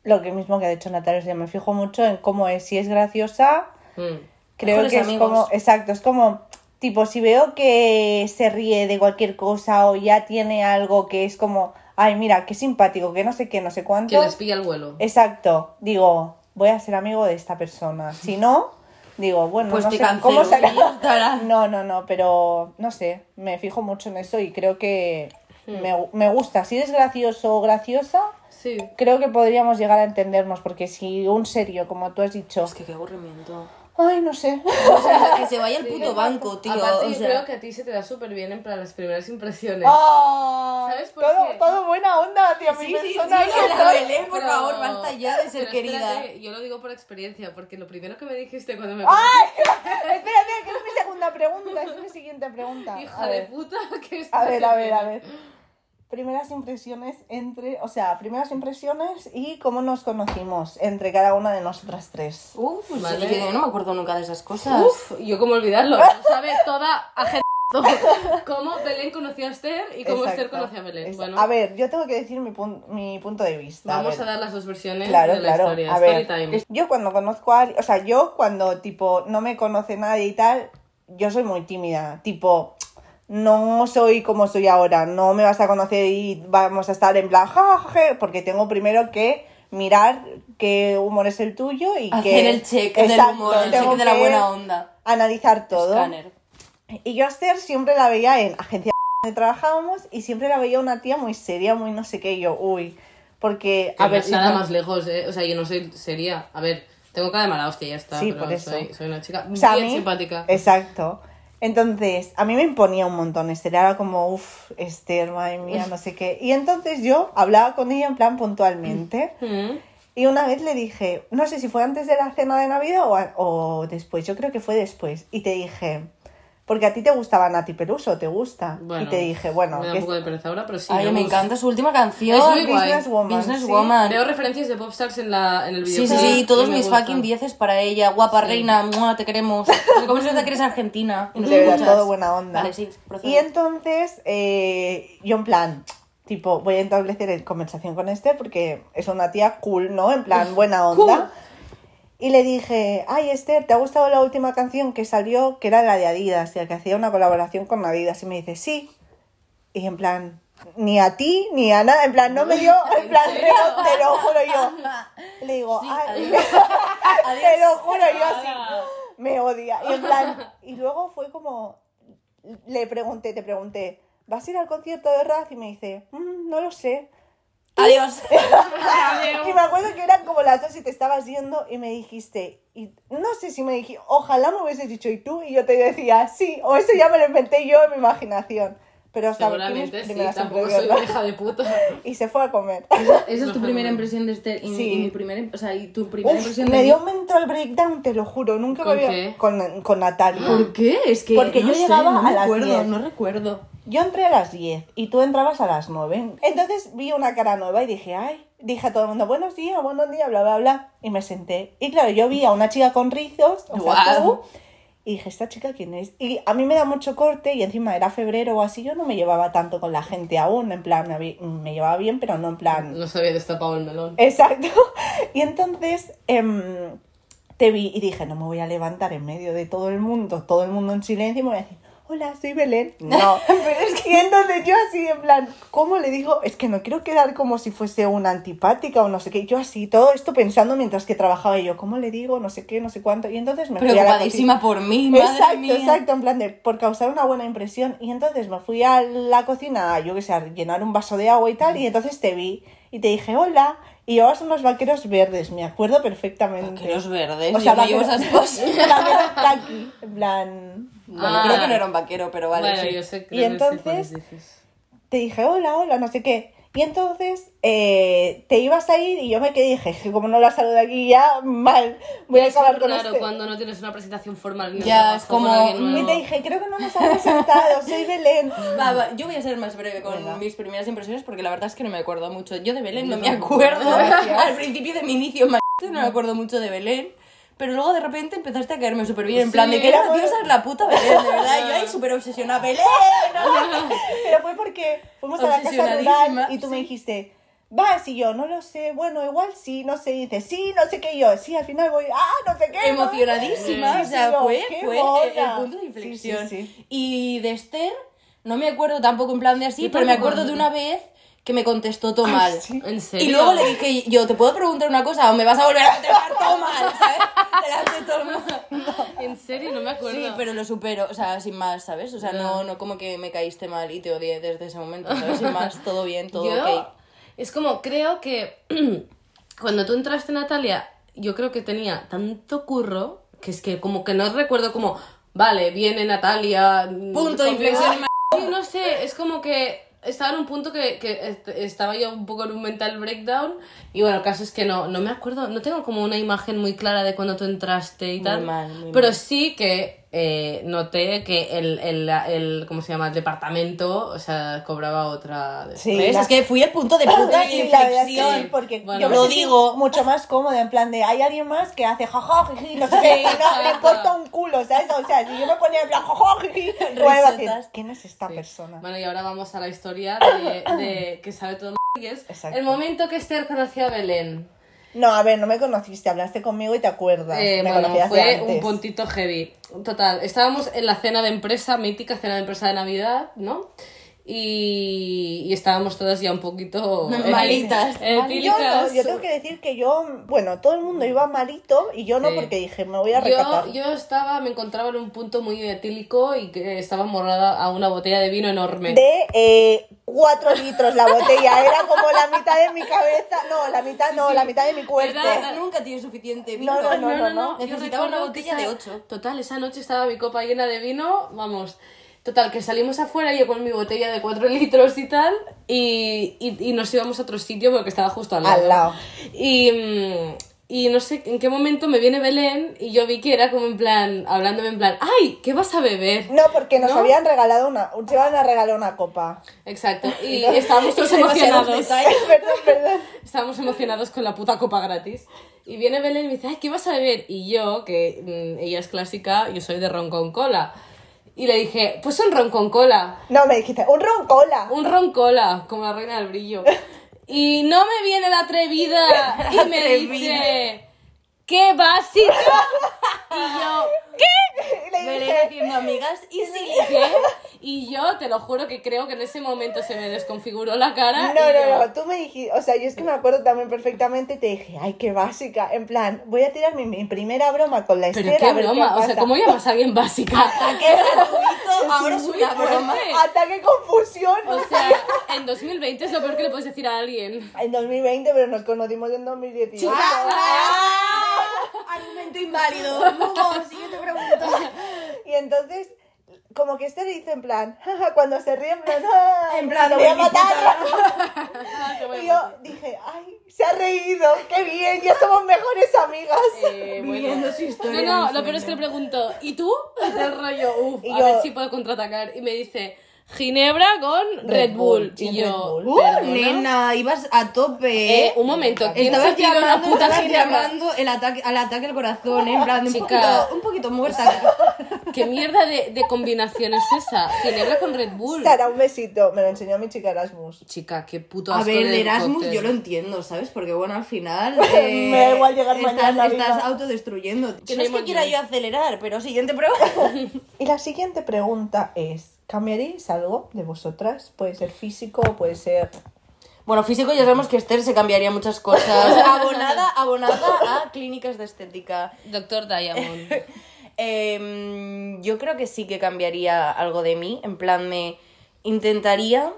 Speaker 3: Lo que mismo que ha dicho Natalia, o sea, me fijo mucho en cómo es, si es graciosa,
Speaker 2: Mm.
Speaker 3: creo
Speaker 1: Mejores
Speaker 3: que es
Speaker 1: amigos.
Speaker 3: como, exacto, es como, tipo, si veo que se ríe de cualquier cosa o ya tiene algo que es como, ay, mira, qué simpático, que no sé qué, no sé cuánto.
Speaker 2: Que les pilla el vuelo.
Speaker 3: Exacto, digo, voy a ser amigo de esta persona. Si no, digo, bueno,
Speaker 1: Pues
Speaker 3: no
Speaker 1: te
Speaker 3: sé
Speaker 1: cancelo,
Speaker 3: cómo será.
Speaker 1: y ya
Speaker 2: *laughs*
Speaker 1: estará.
Speaker 3: *laughs* No, no, no, pero no sé, me fijo mucho en eso y creo que
Speaker 1: Hmm.
Speaker 3: me, me gusta. Si eres gracioso o graciosa,
Speaker 2: Sí.
Speaker 3: creo que podríamos llegar a entendernos, porque si un serio, como tú has dicho,
Speaker 1: Es que Pues, qué aburrimiento.
Speaker 3: ay, no sé.
Speaker 1: O sea, *laughs* que se vaya el puto banco, tío.
Speaker 2: Aparte,
Speaker 1: o
Speaker 2: yo
Speaker 1: sea.
Speaker 2: creo que a ti se te da súper bien en plan las primeras impresiones.
Speaker 3: *laughs* Ah,
Speaker 2: ¿Sabes por
Speaker 3: todo,
Speaker 2: qué?
Speaker 3: todo buena onda, tío, mi
Speaker 1: Sí, sí,
Speaker 3: persona
Speaker 1: sí,
Speaker 3: no
Speaker 1: la
Speaker 3: sabe.
Speaker 1: Belén, por
Speaker 2: Pero-
Speaker 1: favor, basta ya de ser
Speaker 2: pero espérate,
Speaker 1: querida.
Speaker 2: Yo lo digo por experiencia, porque lo primero que me dijiste cuando me.
Speaker 3: *laughs* ¡Ay! Espérate, que es mi segunda pregunta, es mi siguiente pregunta.
Speaker 2: ¡Hija
Speaker 3: A
Speaker 2: de
Speaker 3: ver.
Speaker 2: puta! *laughs* Que estás
Speaker 3: A ver, a ver, a
Speaker 2: haciendo?
Speaker 3: ver. *laughs* Primeras impresiones entre, o sea, primeras impresiones y cómo nos conocimos entre cada una de nosotras tres.
Speaker 1: Uf, pues
Speaker 2: Vale.
Speaker 1: yo no me acuerdo nunca de esas cosas.
Speaker 2: Uf, yo cómo olvidarlo. Lo sabe toda a gente. *laughs* Cómo Belén conoció a Esther y cómo
Speaker 3: Exacto.
Speaker 2: Esther conoció a Belén.
Speaker 3: Exacto.
Speaker 2: Bueno,
Speaker 3: A ver, yo tengo que decir mi, pun- mi punto de vista.
Speaker 2: vamos a,
Speaker 3: ver.
Speaker 2: dar las dos versiones
Speaker 3: Claro,
Speaker 2: de la
Speaker 3: claro.
Speaker 2: historia.
Speaker 3: A ver.
Speaker 2: Story time.
Speaker 3: Yo cuando conozco a alguien, o sea, yo cuando tipo no me conoce nadie y tal, yo soy muy tímida, tipo no soy como soy ahora, no me vas a conocer y vamos a estar en plan, ja, ja, ja, porque tengo primero que mirar qué humor es el tuyo y
Speaker 1: Hacer
Speaker 3: que
Speaker 1: el check
Speaker 3: Exacto,
Speaker 1: del humor, el
Speaker 3: tengo
Speaker 1: check de la
Speaker 3: que
Speaker 1: buena onda.
Speaker 3: Analizar todo.
Speaker 1: Escáner.
Speaker 3: Y yo a Esther siempre la veía en agencia donde trabajábamos y siempre la veía una tía muy seria, muy no sé qué, y yo, uy, porque a
Speaker 2: Que
Speaker 3: ver
Speaker 2: na-
Speaker 3: si
Speaker 2: nada
Speaker 3: tú-
Speaker 2: más lejos, ¿eh? O sea, yo no soy sería. A ver, tengo cara de mala hostia, ya está.
Speaker 3: Sí,
Speaker 2: pero
Speaker 3: por eso.
Speaker 2: Soy, soy una chica
Speaker 3: O sea, a
Speaker 2: bien
Speaker 3: mí-
Speaker 2: simpática.
Speaker 3: Exacto. Entonces, a mí me imponía un montón Esther. Era como, uff, Esther, madre mía, no sé qué. Y entonces yo hablaba con ella en plan puntualmente.
Speaker 2: Mm.
Speaker 3: Y una vez le dije, no sé si fue antes de la cena de Navidad o, a- o después, yo creo que fue después. Y te dije, porque a ti te gustaba Nati Peluso, ¿te gusta? y te dije, bueno,
Speaker 2: Me da
Speaker 3: que
Speaker 2: un poco de pereza ahora, pero sí.
Speaker 1: Ay, me
Speaker 2: vamos.
Speaker 1: encanta su última canción.
Speaker 2: Es muy guay.
Speaker 3: Businesswoman. ¿sí?
Speaker 1: Businesswoman.
Speaker 2: Veo referencias de popstars en, la, en el
Speaker 1: Sí,
Speaker 2: video.
Speaker 1: sí, sí, todos mis fucking
Speaker 2: días.
Speaker 1: dieces para ella. Guapa reina, mua, te *laughs* queremos. ¿Cómo se nota que eres argentina? Y nos
Speaker 3: De verdad,
Speaker 1: escuchas.
Speaker 3: todo buena onda.
Speaker 1: Vale, sí, procede.
Speaker 3: y entonces, eh, yo en plan, tipo, voy a establecer el- conversación con este porque es una tía cool, ¿no?
Speaker 1: *laughs*
Speaker 3: En plan, buena onda. Y le dije, ay Esther, ¿te ha gustado la última canción que salió, que era la de Adidas, la que hacía una colaboración con Adidas? Y me dice, sí. Y en plan, ni a ti, ni a nada, en plan, no me dio, en plan, te lo, te lo juro
Speaker 1: *laughs*
Speaker 3: yo. Le digo,
Speaker 1: Sí,
Speaker 3: ay,
Speaker 1: adiós.
Speaker 3: *laughs* te lo juro yo así,
Speaker 2: Nada.
Speaker 3: me odia. Y en plan,
Speaker 2: *laughs*
Speaker 3: y luego fue como, le pregunté, te pregunté, ¿vas a ir al concierto de Raz? Y me dice, "Mm, no lo sé.
Speaker 1: *laughs* Adiós.
Speaker 3: Y me acuerdo que eran como las dos y te estabas yendo y me dijiste, y no sé si me dijiste, ojalá me hubieses dicho y tú, y yo te decía, sí, o eso ya me lo inventé yo en mi imaginación. Pero hasta aquí mis
Speaker 2: Seguramente sí,
Speaker 3: primeras
Speaker 2: tampoco soy
Speaker 3: impresiones.
Speaker 2: una hija de puta.
Speaker 3: Y se fue a comer.
Speaker 1: Esa es tu primera impresión de este. Y,
Speaker 3: Sí.
Speaker 1: y mi primera. O sea, y tu primera
Speaker 3: Uf,
Speaker 1: impresión de.
Speaker 3: me
Speaker 1: mí.
Speaker 3: dio un mental breakdown, te lo juro, nunca
Speaker 2: ¿Con
Speaker 3: me
Speaker 2: qué? Ah.
Speaker 3: había... Con, con Natalia.
Speaker 1: ¿Por qué? Es que.
Speaker 3: Porque
Speaker 1: no
Speaker 3: yo
Speaker 1: sé,
Speaker 3: llegaba
Speaker 1: no
Speaker 3: a las
Speaker 1: recuerdo,
Speaker 3: 10.
Speaker 1: No recuerdo.
Speaker 3: Yo entré a las 10 y tú entrabas a las 9. Entonces vi una cara nueva y dije, ay, dije a todo el mundo, buenos días, buenos días, bla, bla, bla. Y me senté. Y claro, yo vi a una chica con rizos, o sea,
Speaker 2: Guau.
Speaker 3: tú, y dije, ¿esta chica quién es? Y a mí me da mucho corte y encima era febrero o así, yo no me llevaba tanto con la gente aún, en plan, me, habí- me llevaba bien, pero no en plan...
Speaker 2: No se había destapado el melón.
Speaker 3: Exacto. *laughs* Y entonces em, te vi y dije, no me voy a levantar en medio de todo el mundo, todo el mundo en silencio y me voy a decir, "Oye, hola, soy Belén. *laughs* No, pero es que entonces yo así, en plan, ¿cómo le digo? Es que no quiero quedar como si fuese una antipática o no sé qué. Yo así, todo esto pensando mientras que trabajaba y yo, ¿cómo le digo? No sé qué, no sé cuánto. Y entonces me fui a la
Speaker 1: Preocupadísima por mí, madre
Speaker 3: exacto,
Speaker 1: mía.
Speaker 3: exacto, en plan de por causar una buena impresión. Y entonces me fui a la cocina, yo que sé, a llenar un vaso de agua y tal, y entonces te vi y te dije hola. Y llevabas unos vaqueros verdes, me acuerdo perfectamente.
Speaker 1: Vaqueros verdes,
Speaker 3: O sea,
Speaker 1: yo no llevo
Speaker 3: vaquero- *laughs*
Speaker 1: esas *laughs* cosas.
Speaker 3: vaquero khaki, en plan.
Speaker 1: Bueno,
Speaker 2: Ah.
Speaker 1: creo que no era un vaquero, pero vale.
Speaker 2: bueno,
Speaker 1: sí.
Speaker 2: yo sé que
Speaker 3: Y
Speaker 2: no sé cuáles
Speaker 3: entonces-
Speaker 2: dices.
Speaker 3: Te dije hola, hola, no sé qué. Y entonces eh, te ibas a ir y yo me quedé y dije, "Es que como no la saludo aquí ya, mal, voy a
Speaker 2: Es muy
Speaker 3: acabar con
Speaker 2: raro
Speaker 3: este.
Speaker 2: cuando no tienes una presentación formal. en el
Speaker 1: Ya,
Speaker 2: trabajo
Speaker 1: es como-
Speaker 2: con alguien
Speaker 3: Y
Speaker 2: nuevo.
Speaker 3: te dije, creo que no nos han presentado, soy Belén.
Speaker 1: *laughs* Va, va, yo voy a ser más breve con
Speaker 3: Venga.
Speaker 1: mis primeras impresiones porque la verdad es que no me acuerdo mucho. Yo de Belén
Speaker 2: Yo
Speaker 1: no me *laughs*
Speaker 2: tampoco.
Speaker 1: acuerdo.
Speaker 3: Gracias.
Speaker 1: Al principio de mi inicio, en *laughs* no me acuerdo mucho de Belén. Pero luego de repente empezaste a caerme súper bien. En
Speaker 2: Sí,
Speaker 1: plan, de que
Speaker 3: era
Speaker 1: graciosa
Speaker 3: muy-
Speaker 1: es la puta Belén, de verdad. Yo ahí súper obsesionada. ¡Belén!
Speaker 3: Pero fue porque fuimos a la casa
Speaker 1: Obsesionadísima,
Speaker 3: rural y tú me
Speaker 1: sí.
Speaker 3: dijiste, vas y yo, no lo sé, bueno, igual sí, no sé, y dices, sí, no sé qué, y yo, sí, al final voy, ah, no sé qué. no sé qué".
Speaker 1: Emocionadísima. O
Speaker 3: Sí,
Speaker 1: sea,
Speaker 3: sí, yo,
Speaker 1: fue,
Speaker 3: "Qué
Speaker 1: fue
Speaker 3: bola".
Speaker 1: el, el punto de
Speaker 3: Sí,
Speaker 1: inflexión.
Speaker 3: sí, sí.
Speaker 1: Y de Esther, no me acuerdo tampoco en plan de así,
Speaker 2: Yo
Speaker 1: pero me
Speaker 2: tampoco.
Speaker 1: acuerdo de una vez que me contestó todo
Speaker 3: Ay,
Speaker 1: mal.
Speaker 3: Ah, sí.
Speaker 2: ¿En serio?
Speaker 1: Y luego le dije, yo, ¿te puedo preguntar una cosa o me vas a volver a contestar todo mal, *laughs* ¿sabes? Delante de todo el
Speaker 2: *laughs*
Speaker 1: mundo.
Speaker 2: ¿En serio? No me acuerdo.
Speaker 1: Sí, pero lo supero, o sea, sin más, ¿sabes? O sea, no, no como que me caíste mal y te odié desde ese momento, ¿sabes? Sin más, todo bien, todo
Speaker 2: *laughs* Yo-
Speaker 1: ok.
Speaker 2: Es como, creo que *clears throat* cuando tú entraste, Natalia, yo creo que tenía tanto curro que es que como que no recuerdo como, vale, viene Natalia. mm,
Speaker 1: Punto de
Speaker 2: como-
Speaker 1: inflexión,
Speaker 2: Sí, no sé, es como que estaba en un punto que, que est- estaba yo un poco en un mental breakdown y bueno, el caso es que no, no me acuerdo, no tengo como una imagen muy clara de cuando tú entraste y
Speaker 1: Muy
Speaker 2: tal,
Speaker 1: mal, muy
Speaker 2: pero
Speaker 1: mal.
Speaker 2: sí que eh, noté que el, el, el, ¿cómo se llama?, el departamento, o sea, cobraba otra... de-
Speaker 3: Sí,
Speaker 1: ¿Ves?
Speaker 3: la-
Speaker 1: Es que fui el punto de puta
Speaker 3: *laughs* Sí, la verdad es que sí,
Speaker 1: inflexión.
Speaker 3: porque
Speaker 2: Bueno,
Speaker 3: yo me
Speaker 1: lo
Speaker 3: sentí
Speaker 1: digo.
Speaker 3: mucho más cómoda, en plan de hay alguien más que hace jaja, jiji, no sé qué,
Speaker 2: Sí,
Speaker 3: no, me
Speaker 2: exacto.
Speaker 3: importa un culo, ¿sabes? O sea, si yo me ponía en plan
Speaker 1: *laughs*
Speaker 3: jaja, jiji, voy a decir,
Speaker 1: Risotas.
Speaker 3: ¿quién es esta
Speaker 2: Sí.
Speaker 3: persona?
Speaker 2: Bueno, y ahora vamos a la historia de,
Speaker 3: *coughs*
Speaker 2: de que sabe todo que es
Speaker 3: Exacto.
Speaker 2: el momento que Esther conoció a Belén.
Speaker 3: No, a ver, no me conociste, hablaste conmigo y te acuerdas.
Speaker 2: Eh,
Speaker 3: me
Speaker 2: bueno,
Speaker 3: conocías de
Speaker 2: fue un
Speaker 3: antes.
Speaker 2: puntito heavy. Total, estábamos en la cena de empresa, mítica cena de empresa de Navidad, ¿no? Y, y estábamos todas ya un
Speaker 3: *laughs*
Speaker 2: poquito...
Speaker 1: Malitas.
Speaker 2: eh,
Speaker 3: Yo, no,
Speaker 2: etílicas.
Speaker 3: yo tengo que decir que yo, bueno, todo el mundo iba malito y yo no
Speaker 2: Sí.
Speaker 3: porque dije, me voy a recatar.
Speaker 2: Yo, yo estaba, me encontraba en un punto muy etílico y que estaba morrada a una botella de vino enorme.
Speaker 3: De eh, cuatro litros la botella, era como la mitad de mi cabeza, no, la mitad no, la mitad de mi cuerpo.
Speaker 2: Era-
Speaker 1: Nunca tienes suficiente
Speaker 3: vino. No, no, no, no.
Speaker 2: yo
Speaker 1: Necesitaba una
Speaker 2: recuerdo que
Speaker 1: botella
Speaker 2: esa-
Speaker 1: de ocho.
Speaker 2: Total, esa noche estaba mi copa llena de vino, vamos. Total, que salimos afuera yo con mi botella de 4 *laughs* litros y tal, y, y- y nos íbamos a otro sitio porque estaba justo al lado.
Speaker 3: Al lado.
Speaker 2: Y, mm, y no sé en qué momento me viene Belén y yo vi que era como en plan, hablándome en plan, ¡ay! ¿Qué vas a beber?
Speaker 3: No, porque nos
Speaker 2: ¿No?
Speaker 3: habían regalado una, se van a regalar una copa.
Speaker 2: Exacto, y estábamos
Speaker 1: *laughs*
Speaker 2: todos emocionados.
Speaker 1: ¿eh?
Speaker 3: *laughs* perdón, perdón.
Speaker 2: Estábamos emocionados con la puta copa gratis. Y viene Belén y me dice, ay, ¿qué vas a beber? Y yo, que mm, ella es clásica, yo soy de ron con cola. Y le dije, pues un ron con cola.
Speaker 3: No, me dijiste, un ron cola.
Speaker 2: Un ron cola, como la reina del brillo. Y no me viene la
Speaker 3: *laughs*
Speaker 2: atrevida y me dice, ¿qué vasito? Y yo,
Speaker 3: Y le
Speaker 1: Me
Speaker 3: dije,
Speaker 1: haciendo amigas y sí.
Speaker 2: ¿qué? Y yo, te lo juro que creo que en ese momento se me desconfiguró la cara.
Speaker 3: no,
Speaker 2: y yo,
Speaker 3: no, no, tú me dijiste, o sea, yo es que me acuerdo también perfectamente, te dije, ay, qué básica, en plan, voy a tirar mi, mi primera broma con la
Speaker 2: Pero
Speaker 3: Esther,
Speaker 2: qué
Speaker 3: a ver
Speaker 2: broma,
Speaker 3: qué
Speaker 2: o sea,
Speaker 3: pasa".
Speaker 2: ¿cómo llamas a alguien básica?
Speaker 3: *laughs*
Speaker 1: Ataque gratuito, ahora es
Speaker 2: muy
Speaker 1: una broma.
Speaker 2: fuerte.
Speaker 3: Ataque confusión.
Speaker 2: O sea, en 2020 es lo peor que le puedes decir a alguien.
Speaker 3: En 2020, pero nos conocimos en 2018.
Speaker 1: Argumento Ah, inválido. Hugo, si yo te pregunto.
Speaker 3: Y entonces, como que este le dice en plan, *laughs* "Ja, ja", cuando se ríe, en plan, "Ah,
Speaker 1: En plan,
Speaker 3: te voy a
Speaker 1: "Ven,
Speaker 3: matar.
Speaker 2: Ah, qué
Speaker 3: *laughs* Y
Speaker 2: bueno.
Speaker 3: yo dije, ay, se ha reído, qué bien, ya somos mejores amigas.
Speaker 2: *laughs* Eh, bueno.
Speaker 1: Viviendo su historia
Speaker 2: No, no,
Speaker 1: de
Speaker 2: lo peor es que le pregunto, ¿y tú? Y todo el rollo, uff,
Speaker 3: Y
Speaker 2: a
Speaker 3: yo-
Speaker 2: ver si puedo contraatacar. Y me dice, Ginebra con Red,
Speaker 3: Red
Speaker 2: Bull.
Speaker 3: Bull,
Speaker 2: Y
Speaker 3: Gin
Speaker 2: yo,
Speaker 3: Red
Speaker 1: ¡Uh,
Speaker 2: ¿perdona?
Speaker 1: nena! Ibas a tope,
Speaker 2: Eh,
Speaker 1: ¿eh?
Speaker 2: un momento, ¿quién se ha
Speaker 1: Estabas
Speaker 2: tirado una
Speaker 1: llamando,
Speaker 2: puta
Speaker 1: estabas
Speaker 2: ginebra?
Speaker 1: llamando el ataque, al ataque al corazón, ¿eh? en plan, de un
Speaker 2: Chica.
Speaker 1: poquito, un poquito muerta.
Speaker 2: ¿Qué mierda de, de combinación es esa? Ginebra con Red Bull.
Speaker 3: Sara, un besito. Me lo enseñó mi chica Erasmus.
Speaker 2: Chica, qué puto
Speaker 1: A
Speaker 2: asco
Speaker 1: ver,
Speaker 2: de
Speaker 1: el Erasmus
Speaker 2: cóctel.
Speaker 1: yo lo entiendo, ¿sabes? Porque bueno, al *laughs* final... eh,
Speaker 3: Me da igual llegar
Speaker 1: estás,
Speaker 3: mañana,
Speaker 1: Estás
Speaker 3: viva.
Speaker 1: autodestruyendo. Que
Speaker 2: Sí,
Speaker 1: no es que
Speaker 2: mañana.
Speaker 1: quiera yo acelerar, pero siguiente prueba.
Speaker 3: Y la siguiente pregunta es: ¿cambiaríais algo de vosotras? Puede ser físico,
Speaker 2: *laughs*
Speaker 3: puede ser.
Speaker 1: *laughs* bueno, físico ya sabemos que Esther se cambiaría muchas cosas. *laughs* abonada, abonada a clínicas de estética.
Speaker 2: Doctor Diamond.
Speaker 1: Em, yo creo que sí que cambiaría algo de mí. En plan, me intentaría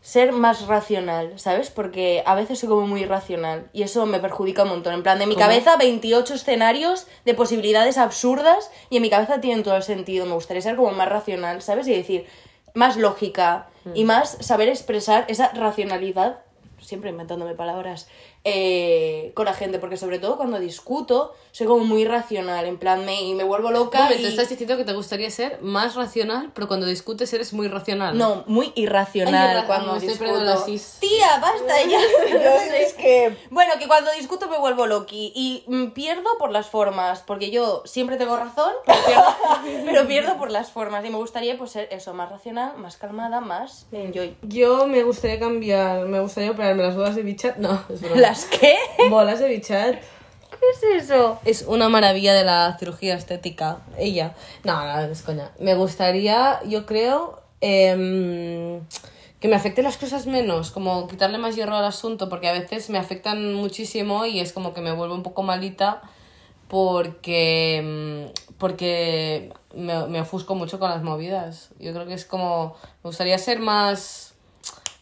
Speaker 1: ser más racional, ¿sabes? Porque a veces soy como muy irracional y eso me perjudica un montón. En plan, de mi
Speaker 2: ¿Cómo?
Speaker 1: cabeza 28 escenarios de posibilidades absurdas y en mi cabeza tienen todo el sentido. Me gustaría ser como más racional, ¿sabes? Y decir, más lógica
Speaker 2: Mm.
Speaker 1: y más saber expresar esa racionalidad, siempre inventándome palabras, eh, con la gente, porque sobre todo cuando discuto soy como muy irracional, en plan, me, y me vuelvo
Speaker 2: Un
Speaker 1: loca.
Speaker 2: momento,
Speaker 1: y-
Speaker 2: estás diciendo que te gustaría ser más racional, pero cuando discutes eres muy racional.
Speaker 1: No, muy
Speaker 2: Ay,
Speaker 1: irracional
Speaker 2: irra-
Speaker 1: cuando
Speaker 2: me estoy
Speaker 1: discuto.
Speaker 2: perdiendo la sis.
Speaker 1: Tía, basta ya. *laughs*
Speaker 3: Yo
Speaker 2: *laughs*
Speaker 3: es que.
Speaker 1: Bueno, que cuando discuto me vuelvo loqui y mm, pierdo por las formas, porque yo siempre tengo razón, pero pierdo, *laughs* pero pierdo por las formas y me gustaría pues ser eso, más racional, más calmada, más enjoy.
Speaker 2: Yo me gustaría cambiar, me gustaría operarme las bolas de bichat. No, es broma.
Speaker 1: ¿Las qué?
Speaker 2: bolas de bichat.
Speaker 1: ¿Qué es eso?
Speaker 2: Es una maravilla de la cirugía estética, ella. No, no, es coña. Me gustaría, yo creo, em, que me afecten las cosas menos, como quitarle más hierro al asunto, porque a veces me afectan muchísimo y es como que me vuelvo un poco malita porque, em, porque me, me ofusco mucho con las movidas. Yo creo que es como, me gustaría ser más,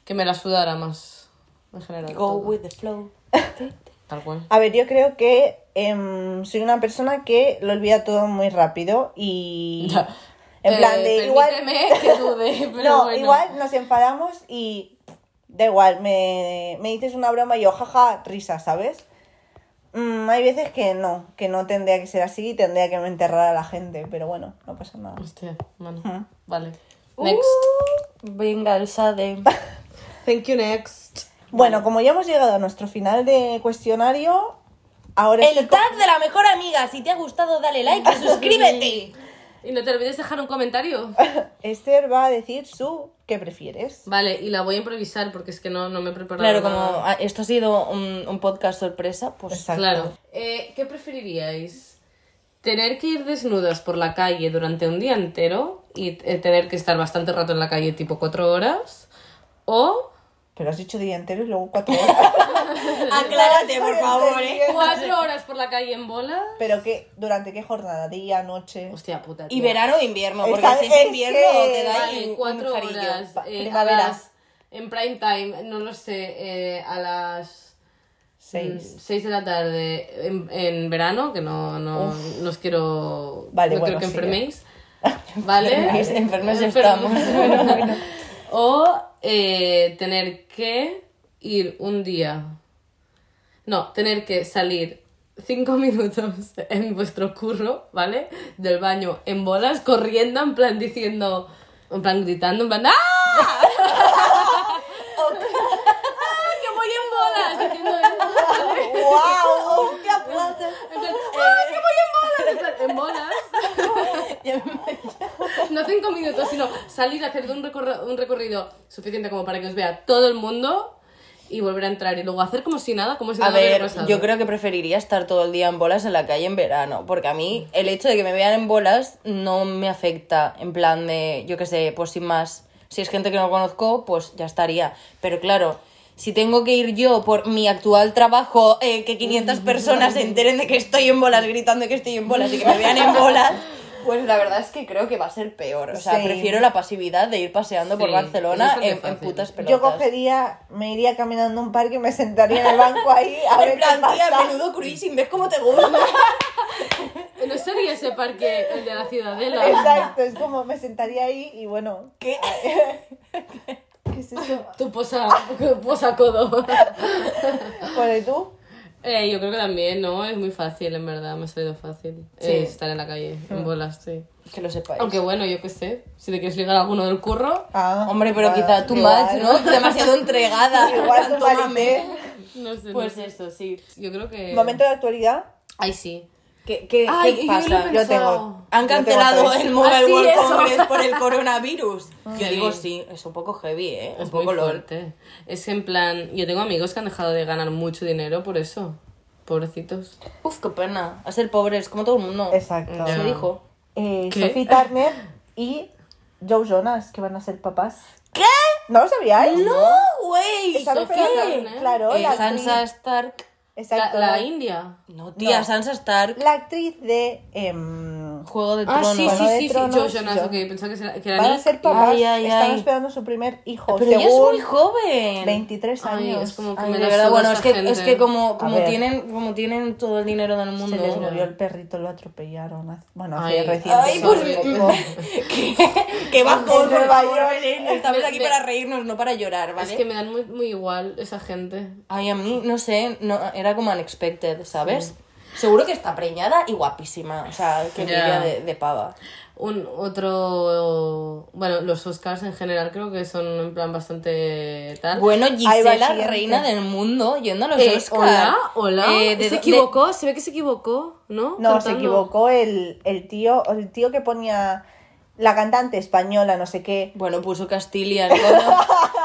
Speaker 2: que me la sudara más, en general.
Speaker 1: Go
Speaker 2: todo.
Speaker 1: with the flow.
Speaker 2: Tal cual.
Speaker 3: A ver, yo creo que em, soy una persona que lo olvida todo muy rápido
Speaker 2: *laughs*
Speaker 3: y. En
Speaker 2: Eh,
Speaker 3: plan, de igual.
Speaker 2: permíteme *laughs* que
Speaker 3: *laughs*
Speaker 2: dude, pero
Speaker 3: no,
Speaker 2: bueno.
Speaker 3: igual nos enfadamos y da igual, me, me dices una broma y yo, jaja, risa, ¿sabes? Mm, hay veces que no, que no tendría que ser así y tendría que enterrar a la gente, pero bueno, no pasa nada.
Speaker 2: Hostia, bueno.
Speaker 3: Ujú.
Speaker 2: Vale.
Speaker 3: Uh.
Speaker 2: Next.
Speaker 1: Venga, el Sade.
Speaker 2: Thank you, next.
Speaker 3: Bueno, como ya hemos llegado a nuestro final de cuestionario, ahora sí
Speaker 1: El tag de la mejor amiga. Si te ha gustado, dale like *laughs* y suscríbete.
Speaker 2: Y no te olvides dejar un comentario.
Speaker 3: Esther va a decir su ¿qué prefieres?
Speaker 2: Vale, y la voy a improvisar porque es que no, no me he preparado.
Speaker 1: Claro,
Speaker 2: nada.
Speaker 1: como ah, esto ha sido un, un podcast sorpresa, pues
Speaker 3: Exacto.
Speaker 2: Claro. Eh, ¿Qué preferiríais? ¿Tener que ir desnudas por la calle durante un día entero y eh, tener que estar bastante rato en la calle, tipo cuatro horas?
Speaker 3: *laughs*
Speaker 2: ¿O
Speaker 3: Pero has dicho día entero y luego cuatro
Speaker 2: *laughs*
Speaker 3: horas.
Speaker 1: aclárate, por favor, eh.
Speaker 2: cuatro horas por la calle en bola?
Speaker 3: ¿Pero qué? ¿Durante qué jornada? ¿Día, noche?
Speaker 2: Hostia puta.
Speaker 1: Y
Speaker 2: tía.
Speaker 1: verano e invierno, porque
Speaker 3: Esa-
Speaker 1: si
Speaker 3: es
Speaker 1: es invierno
Speaker 3: que-
Speaker 1: te da ahí
Speaker 2: Vale,
Speaker 1: un
Speaker 2: cuatro
Speaker 1: jarillo.
Speaker 2: horas.
Speaker 3: Pa-
Speaker 2: eh, a
Speaker 3: primavera.
Speaker 2: las- en prime time, no lo sé, eh, a las
Speaker 1: Mm.
Speaker 3: Seis.
Speaker 2: 6 Mm, de la tarde en, en verano, que no, no, no os quiero,
Speaker 3: Vale,
Speaker 2: no quiero
Speaker 3: bueno,
Speaker 2: que
Speaker 3: sí. *laughs*
Speaker 2: enferméis. ¿Vale?
Speaker 1: Enfermáis, enfermos
Speaker 2: Enfermos,
Speaker 1: estamos.
Speaker 2: bueno. O eh, tener que ir un día. No, tener que salir cinco *laughs* minutos en vuestro curro, ¿vale? Del baño en bolas, corriendo, en plan diciendo. En plan gritando, en plan. ¡Ah! ¡Ah, ¡Que voy en bolas! Diciendo eso.
Speaker 3: ¡Guau! ¡Hostia puta!
Speaker 2: En plan, ¡Ah, que voy en bolas! En plan, en bolas. No cinco minutos, sino salir a hacer un, recorro- un recorrido suficiente como para que os vea todo el mundo y volver a entrar y luego hacer como si nada, como si
Speaker 1: A
Speaker 2: nada hubiera
Speaker 1: ver,
Speaker 2: pasado.
Speaker 1: yo creo que preferiría estar todo el día en bolas en la calle en verano, porque a mí el hecho de que me vean en bolas no me afecta, en plan de, yo qué sé, pues sin más, si es gente que no conozco, pues ya estaría. Pero claro, si tengo que ir yo por mi actual trabajo, eh, que 500 personas se enteren de que estoy en bolas gritando que estoy en bolas y que me vean en bolas, pues la verdad es que creo que va a ser peor. O sea,
Speaker 3: Sí.
Speaker 1: prefiero la pasividad de ir paseando por
Speaker 2: Sí,
Speaker 1: Barcelona
Speaker 2: eso
Speaker 1: en,
Speaker 2: es bastante
Speaker 1: en
Speaker 2: fácil.
Speaker 1: putas pelotas.
Speaker 3: Yo cogería, me iría caminando a un parque y me sentaría en el banco ahí a
Speaker 1: *laughs*
Speaker 3: ver
Speaker 1: En plan,
Speaker 3: qué
Speaker 1: tía,
Speaker 3: pasa.
Speaker 1: menudo cruising, ¿ves cómo te gusta?
Speaker 2: No sería ese parque el de la Ciudadela.
Speaker 3: Exacto, es como me sentaría ahí y bueno. ¿Qué? ¿Qué es eso?
Speaker 2: Tu posa, posa codo.
Speaker 3: Bueno, ¿y tú?
Speaker 2: Eh, yo creo que también, ¿no? Es muy fácil, en verdad, me ha salido fácil.
Speaker 1: Sí. Mm.
Speaker 2: Eh, estar en la calle, en bolas, sí.
Speaker 1: Que lo sepáis.
Speaker 2: Aunque bueno, yo qué sé, si te quieres ligar a alguno del curro,
Speaker 3: Ah,
Speaker 1: Hombre, pero
Speaker 3: igual,
Speaker 1: quizá tú
Speaker 3: igual.
Speaker 1: much, ¿no? *laughs* Demasiado entregada.
Speaker 3: *laughs*
Speaker 1: *laughs*
Speaker 3: Igual ¿eh? tú
Speaker 1: Tanto
Speaker 3: malité.
Speaker 1: mame.
Speaker 2: no sé. no
Speaker 1: Pues
Speaker 2: sé.
Speaker 1: eso, sí.
Speaker 2: Yo creo que...
Speaker 3: Momento de actualidad.
Speaker 2: Ay, sí.
Speaker 1: ¿Qué, qué,
Speaker 2: Ay,
Speaker 1: qué
Speaker 2: yo
Speaker 1: pasa?
Speaker 2: lo he
Speaker 3: Yo tengo.
Speaker 2: pensado.
Speaker 1: Han
Speaker 3: yo tengo
Speaker 1: cancelado
Speaker 3: tres.
Speaker 1: el Mobile
Speaker 2: Ah, sí,
Speaker 1: World
Speaker 2: eso.
Speaker 1: Congress por el
Speaker 3: *laughs*
Speaker 1: coronavirus. Yo
Speaker 2: Heavy.
Speaker 1: digo, sí, es un poco heavy, ¿eh? Un
Speaker 2: Es muy
Speaker 1: poco lol.
Speaker 2: fuerte. Es en plan, yo tengo amigos que han dejado de ganar mucho dinero por eso. Pobrecitos.
Speaker 1: Uf, qué pena. A ser pobres, como todo el mundo.
Speaker 3: Exacto.
Speaker 1: Se
Speaker 2: Ya.
Speaker 1: dijo.
Speaker 3: Eh,
Speaker 2: ¿Qué?
Speaker 3: Sophie Turner y Joe Jonas, que van a ser papás. ¿Qué? ¿No lo sabíais?
Speaker 1: ¡No, güey!
Speaker 3: Esa
Speaker 1: ¿Qué?
Speaker 3: referencia-
Speaker 2: Turner.
Speaker 3: Claro,
Speaker 1: Eh,
Speaker 3: la actriz.
Speaker 1: Sansa Stark.
Speaker 2: La,
Speaker 3: Exacto.
Speaker 2: la India.
Speaker 1: No, tía,
Speaker 3: No.
Speaker 1: Sansa Stark.
Speaker 3: La actriz de. em,
Speaker 1: Juego de
Speaker 2: Ah,
Speaker 1: Tronos.
Speaker 2: sí,
Speaker 3: Juego
Speaker 2: sí,
Speaker 3: de
Speaker 2: sí, sí.
Speaker 3: Tronos,
Speaker 2: Yo, Jonas,
Speaker 3: yo.
Speaker 2: ok, pensaba que era, que era
Speaker 3: van a
Speaker 2: Nick
Speaker 3: ser
Speaker 2: y-
Speaker 3: papás.
Speaker 1: Ay, ay,
Speaker 3: Están
Speaker 1: ay.
Speaker 3: esperando su primer hijo.
Speaker 1: Pero ella es
Speaker 3: según
Speaker 1: muy joven.
Speaker 3: 23
Speaker 2: Ay,
Speaker 3: años.
Speaker 2: es como que
Speaker 1: Ay,
Speaker 2: me
Speaker 1: de
Speaker 2: la
Speaker 1: verdad,
Speaker 2: suda
Speaker 1: bueno, es
Speaker 2: esta
Speaker 1: que, es
Speaker 2: gente.
Speaker 1: que como,
Speaker 3: A
Speaker 1: como,
Speaker 3: ver.
Speaker 1: tienen, como tienen todo el dinero del mundo.
Speaker 3: Se les murió el perrito, lo atropellaron. hace- Bueno, hace
Speaker 2: Ay.
Speaker 3: recién.
Speaker 1: Ay,
Speaker 2: pues,
Speaker 1: por
Speaker 3: hace
Speaker 2: Sorry.
Speaker 1: *laughs*
Speaker 3: poco. *laughs*
Speaker 1: que, que bajón, por
Speaker 3: Nueva
Speaker 1: favor,
Speaker 3: York.
Speaker 1: Belén. Estamos
Speaker 2: Me-
Speaker 1: aquí
Speaker 2: me-
Speaker 1: para reírnos, no para llorar, ¿vale?
Speaker 2: Es que me dan muy, muy igual esa gente.
Speaker 1: Ay, a mí, no sé, no, era como unexpected, ¿sabes? Seguro que está preñada y guapísima, o sea, que
Speaker 2: Ya.
Speaker 1: brilla de, de pava.
Speaker 2: Un otro. Bueno, los Oscars en general creo que son en plan bastante tal.
Speaker 1: Bueno,
Speaker 3: Ahí va el
Speaker 1: Gisela,
Speaker 3: siguiente.
Speaker 1: reina del mundo, yendo a los
Speaker 2: Eh,
Speaker 1: Oscar.
Speaker 2: hola, hola.
Speaker 1: Eh, de-
Speaker 2: se
Speaker 1: de-
Speaker 2: equivocó, se ve que se equivocó, ¿no?
Speaker 3: No, se
Speaker 2: Cantando.
Speaker 3: equivocó el, el tío, el tío que ponía la cantante española, no sé qué.
Speaker 1: Bueno, puso Castilian.
Speaker 3: *laughs*
Speaker 1: coño.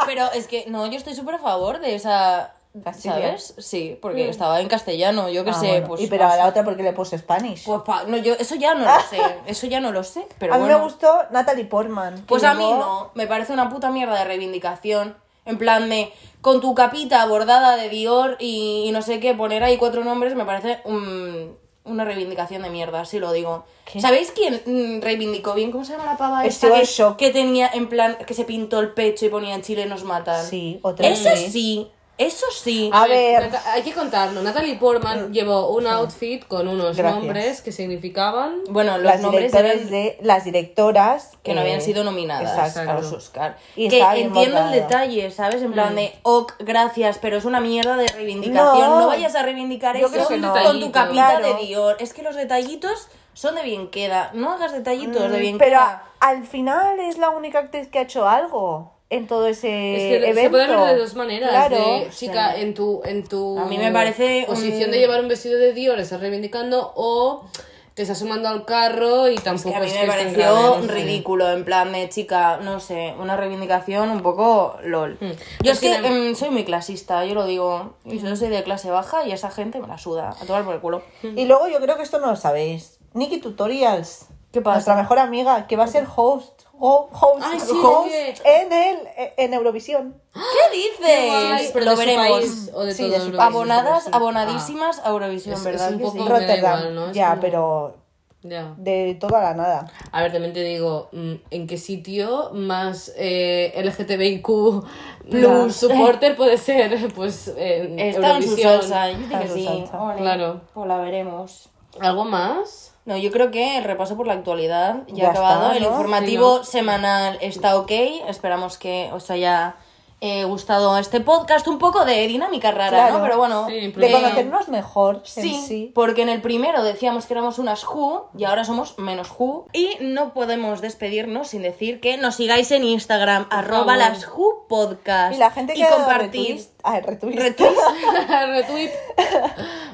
Speaker 1: Pero es que, no, yo estoy súper a favor de esa.
Speaker 3: Castilian.
Speaker 1: ¿Sabes? Sí, porque estaba en castellano, yo qué
Speaker 3: Mm. Ah,
Speaker 1: sé.
Speaker 3: bueno.
Speaker 1: Pues,
Speaker 3: y pero a la otra porque le puse Spanish.
Speaker 1: Pues pa- no, yo eso ya no lo sé, eso ya no lo sé, pero
Speaker 3: a mí
Speaker 1: bueno.
Speaker 3: me gustó Natalie Portman. que
Speaker 1: Pues a mí
Speaker 3: llegó-
Speaker 1: no, me parece una puta mierda de reivindicación. En plan de, con tu capita bordada de Dior y, y no sé qué, poner ahí cuatro nombres me parece un- una reivindicación de mierda, si lo digo. ¿Sabéis quién mm, reivindicó bien? ¿Cómo se llama la pava esta?
Speaker 3: Estuvo
Speaker 1: que,
Speaker 3: en shock.
Speaker 1: que tenía, en plan, que se pintó el pecho y ponía en Chile nos matan.
Speaker 3: Sí, otra
Speaker 1: Eso
Speaker 3: vez. Ah,
Speaker 1: sí, eso sí.
Speaker 3: A ver. Mm.
Speaker 2: Nata- hay que contarlo. Natalie Portman llevó un outfit con unos
Speaker 3: Gracias.
Speaker 2: nombres que significaban.
Speaker 1: Bueno, los
Speaker 3: Las
Speaker 1: nombres
Speaker 3: directoras,
Speaker 1: eran
Speaker 3: de, las directoras
Speaker 1: que no habían
Speaker 3: eh,
Speaker 1: sido nominadas
Speaker 3: exacto.
Speaker 1: a los Oscar.
Speaker 3: Y
Speaker 1: que
Speaker 3: estaba bien Mm.
Speaker 1: entiendo
Speaker 3: bordado.
Speaker 1: el detalle, ¿sabes? En plan de, ok, gracias, pero es una mierda de reivindicación. No,
Speaker 3: No.
Speaker 1: vayas a reivindicar
Speaker 3: Yo
Speaker 1: eso
Speaker 3: creo que
Speaker 1: con
Speaker 3: no.
Speaker 1: tu
Speaker 2: Detallito.
Speaker 1: capita
Speaker 3: Claro.
Speaker 1: de Dior. Es que los detallitos son de bien queda. No hagas detallitos de bien
Speaker 3: Mm, Pero
Speaker 1: queda.
Speaker 3: a- al final es la única actriz que ha hecho algo en todo ese
Speaker 2: Es que
Speaker 3: eh, evento.
Speaker 2: se puede ver de dos maneras.
Speaker 3: Claro.
Speaker 2: de, chica, en tu, en tu
Speaker 1: A mí me parece
Speaker 2: posición
Speaker 1: un-
Speaker 2: de llevar un vestido de Dior estás reivindicando o te estás sumando al carro y
Speaker 1: Que
Speaker 2: tampoco
Speaker 1: a mí
Speaker 2: es
Speaker 1: me
Speaker 2: es tan
Speaker 1: pareció
Speaker 2: grave, no sé.
Speaker 1: ridículo, en plan de chica, no sé, una reivindicación un poco lol. Yo
Speaker 2: Pues
Speaker 1: Mm. es que
Speaker 2: sin em-
Speaker 1: em, soy muy clasista, yo lo digo. Y Yo soy de clase baja y esa gente me la suda, a tomar por el culo.
Speaker 3: Y luego yo creo que esto no lo sabéis. Nikki Tutorials.
Speaker 1: ¿Qué pasa?
Speaker 3: Nuestra mejor amiga, que va a ser host. ho- host,
Speaker 2: Ay, Ah, sí, Ah,
Speaker 3: host
Speaker 2: ¿de qué?
Speaker 3: en, el, en Eurovisión.
Speaker 1: ¿Qué
Speaker 2: Guay,
Speaker 1: dices?
Speaker 2: pero
Speaker 1: lo
Speaker 2: de su
Speaker 1: veremos.
Speaker 2: país o de
Speaker 3: Sí,
Speaker 2: todo
Speaker 3: de su
Speaker 2: el
Speaker 3: país.
Speaker 2: país.
Speaker 1: Abonadas,
Speaker 2: Ah.
Speaker 1: abonadísimas a Eurovisión,
Speaker 2: Es-
Speaker 1: ¿verdad?
Speaker 2: es un
Speaker 1: que
Speaker 2: poco-
Speaker 1: sí?
Speaker 2: me da
Speaker 3: Rotterdam.
Speaker 2: igual, ¿no? Es
Speaker 3: Ya,
Speaker 2: como-
Speaker 3: pero
Speaker 2: Ya.
Speaker 3: de toda la nada.
Speaker 2: A ver, también te digo, mm, ¿en qué sitio más eh, LGTBIQ
Speaker 3: Ya.
Speaker 2: plus supporter puede ser? Pues en
Speaker 1: Está en su
Speaker 2: Eurovisión.
Speaker 1: salsa, ¿eh? yo
Speaker 3: Está
Speaker 1: creo que
Speaker 3: en su
Speaker 1: sí.
Speaker 3: salsa.
Speaker 1: Ole.
Speaker 2: Claro.
Speaker 1: Pues la veremos.
Speaker 2: ¿Algo más? *laughs*
Speaker 1: No, yo creo que el repaso por la actualidad ya,
Speaker 3: Ya
Speaker 1: ha acabado.
Speaker 3: está,
Speaker 1: El
Speaker 3: ¿no?
Speaker 1: informativo
Speaker 2: Sí,
Speaker 1: semanal está ok. Esperamos que os haya eh, gustado este podcast. Un poco de dinámica rara,
Speaker 3: Claro.
Speaker 1: ¿no? Pero bueno.
Speaker 2: Sí,
Speaker 1: eh,
Speaker 3: De
Speaker 2: Bien.
Speaker 3: conocernos mejor. Sí.
Speaker 1: Sí, pues,
Speaker 3: sí.
Speaker 1: porque en el primero decíamos que éramos unas Who y ahora somos menos Who. Y no podemos despedirnos sin decir que nos sigáis en Instagram, arroba
Speaker 2: favor.
Speaker 1: las Who Podcast.
Speaker 3: Y la gente que
Speaker 1: y
Speaker 3: ha dado
Speaker 1: compartid.
Speaker 3: retweet- ah, retweet.
Speaker 1: retweets.
Speaker 2: Retweet.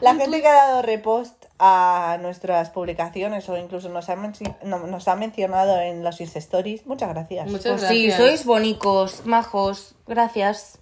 Speaker 3: La gente que ha dado repost a nuestras publicaciones o incluso nos ha, menci- no- nos ha mencionado en los Insta Stories, muchas gracias.
Speaker 2: Muchas
Speaker 1: Pues
Speaker 2: gracias.
Speaker 1: sí, sois bonicos, majos.
Speaker 3: *laughs*
Speaker 1: Gracias.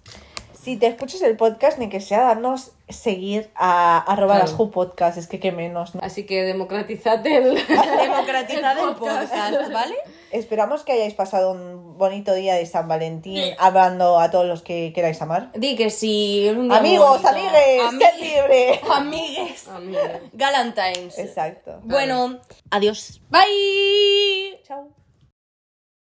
Speaker 3: Si te escuchas el podcast, ni que sea darnos seguir a arroba
Speaker 2: Claro.
Speaker 3: las Who Podcast, es que qué menos, ¿no?
Speaker 2: Así que democratizad el...
Speaker 1: Democratizad el podcast, ¿vale?
Speaker 3: Esperamos que hayáis pasado un bonito día de San Valentín, hablando a todos los que queráis amar.
Speaker 1: Di que sí. es un día
Speaker 3: Amigos,
Speaker 1: bonito.
Speaker 3: amigues, sed
Speaker 1: Ami- *laughs*
Speaker 3: libre.
Speaker 1: Amigues.
Speaker 2: Ah, Amiga.
Speaker 1: Galantines.
Speaker 3: Exacto.
Speaker 1: Bueno, adiós.
Speaker 2: Bye.
Speaker 3: Chao.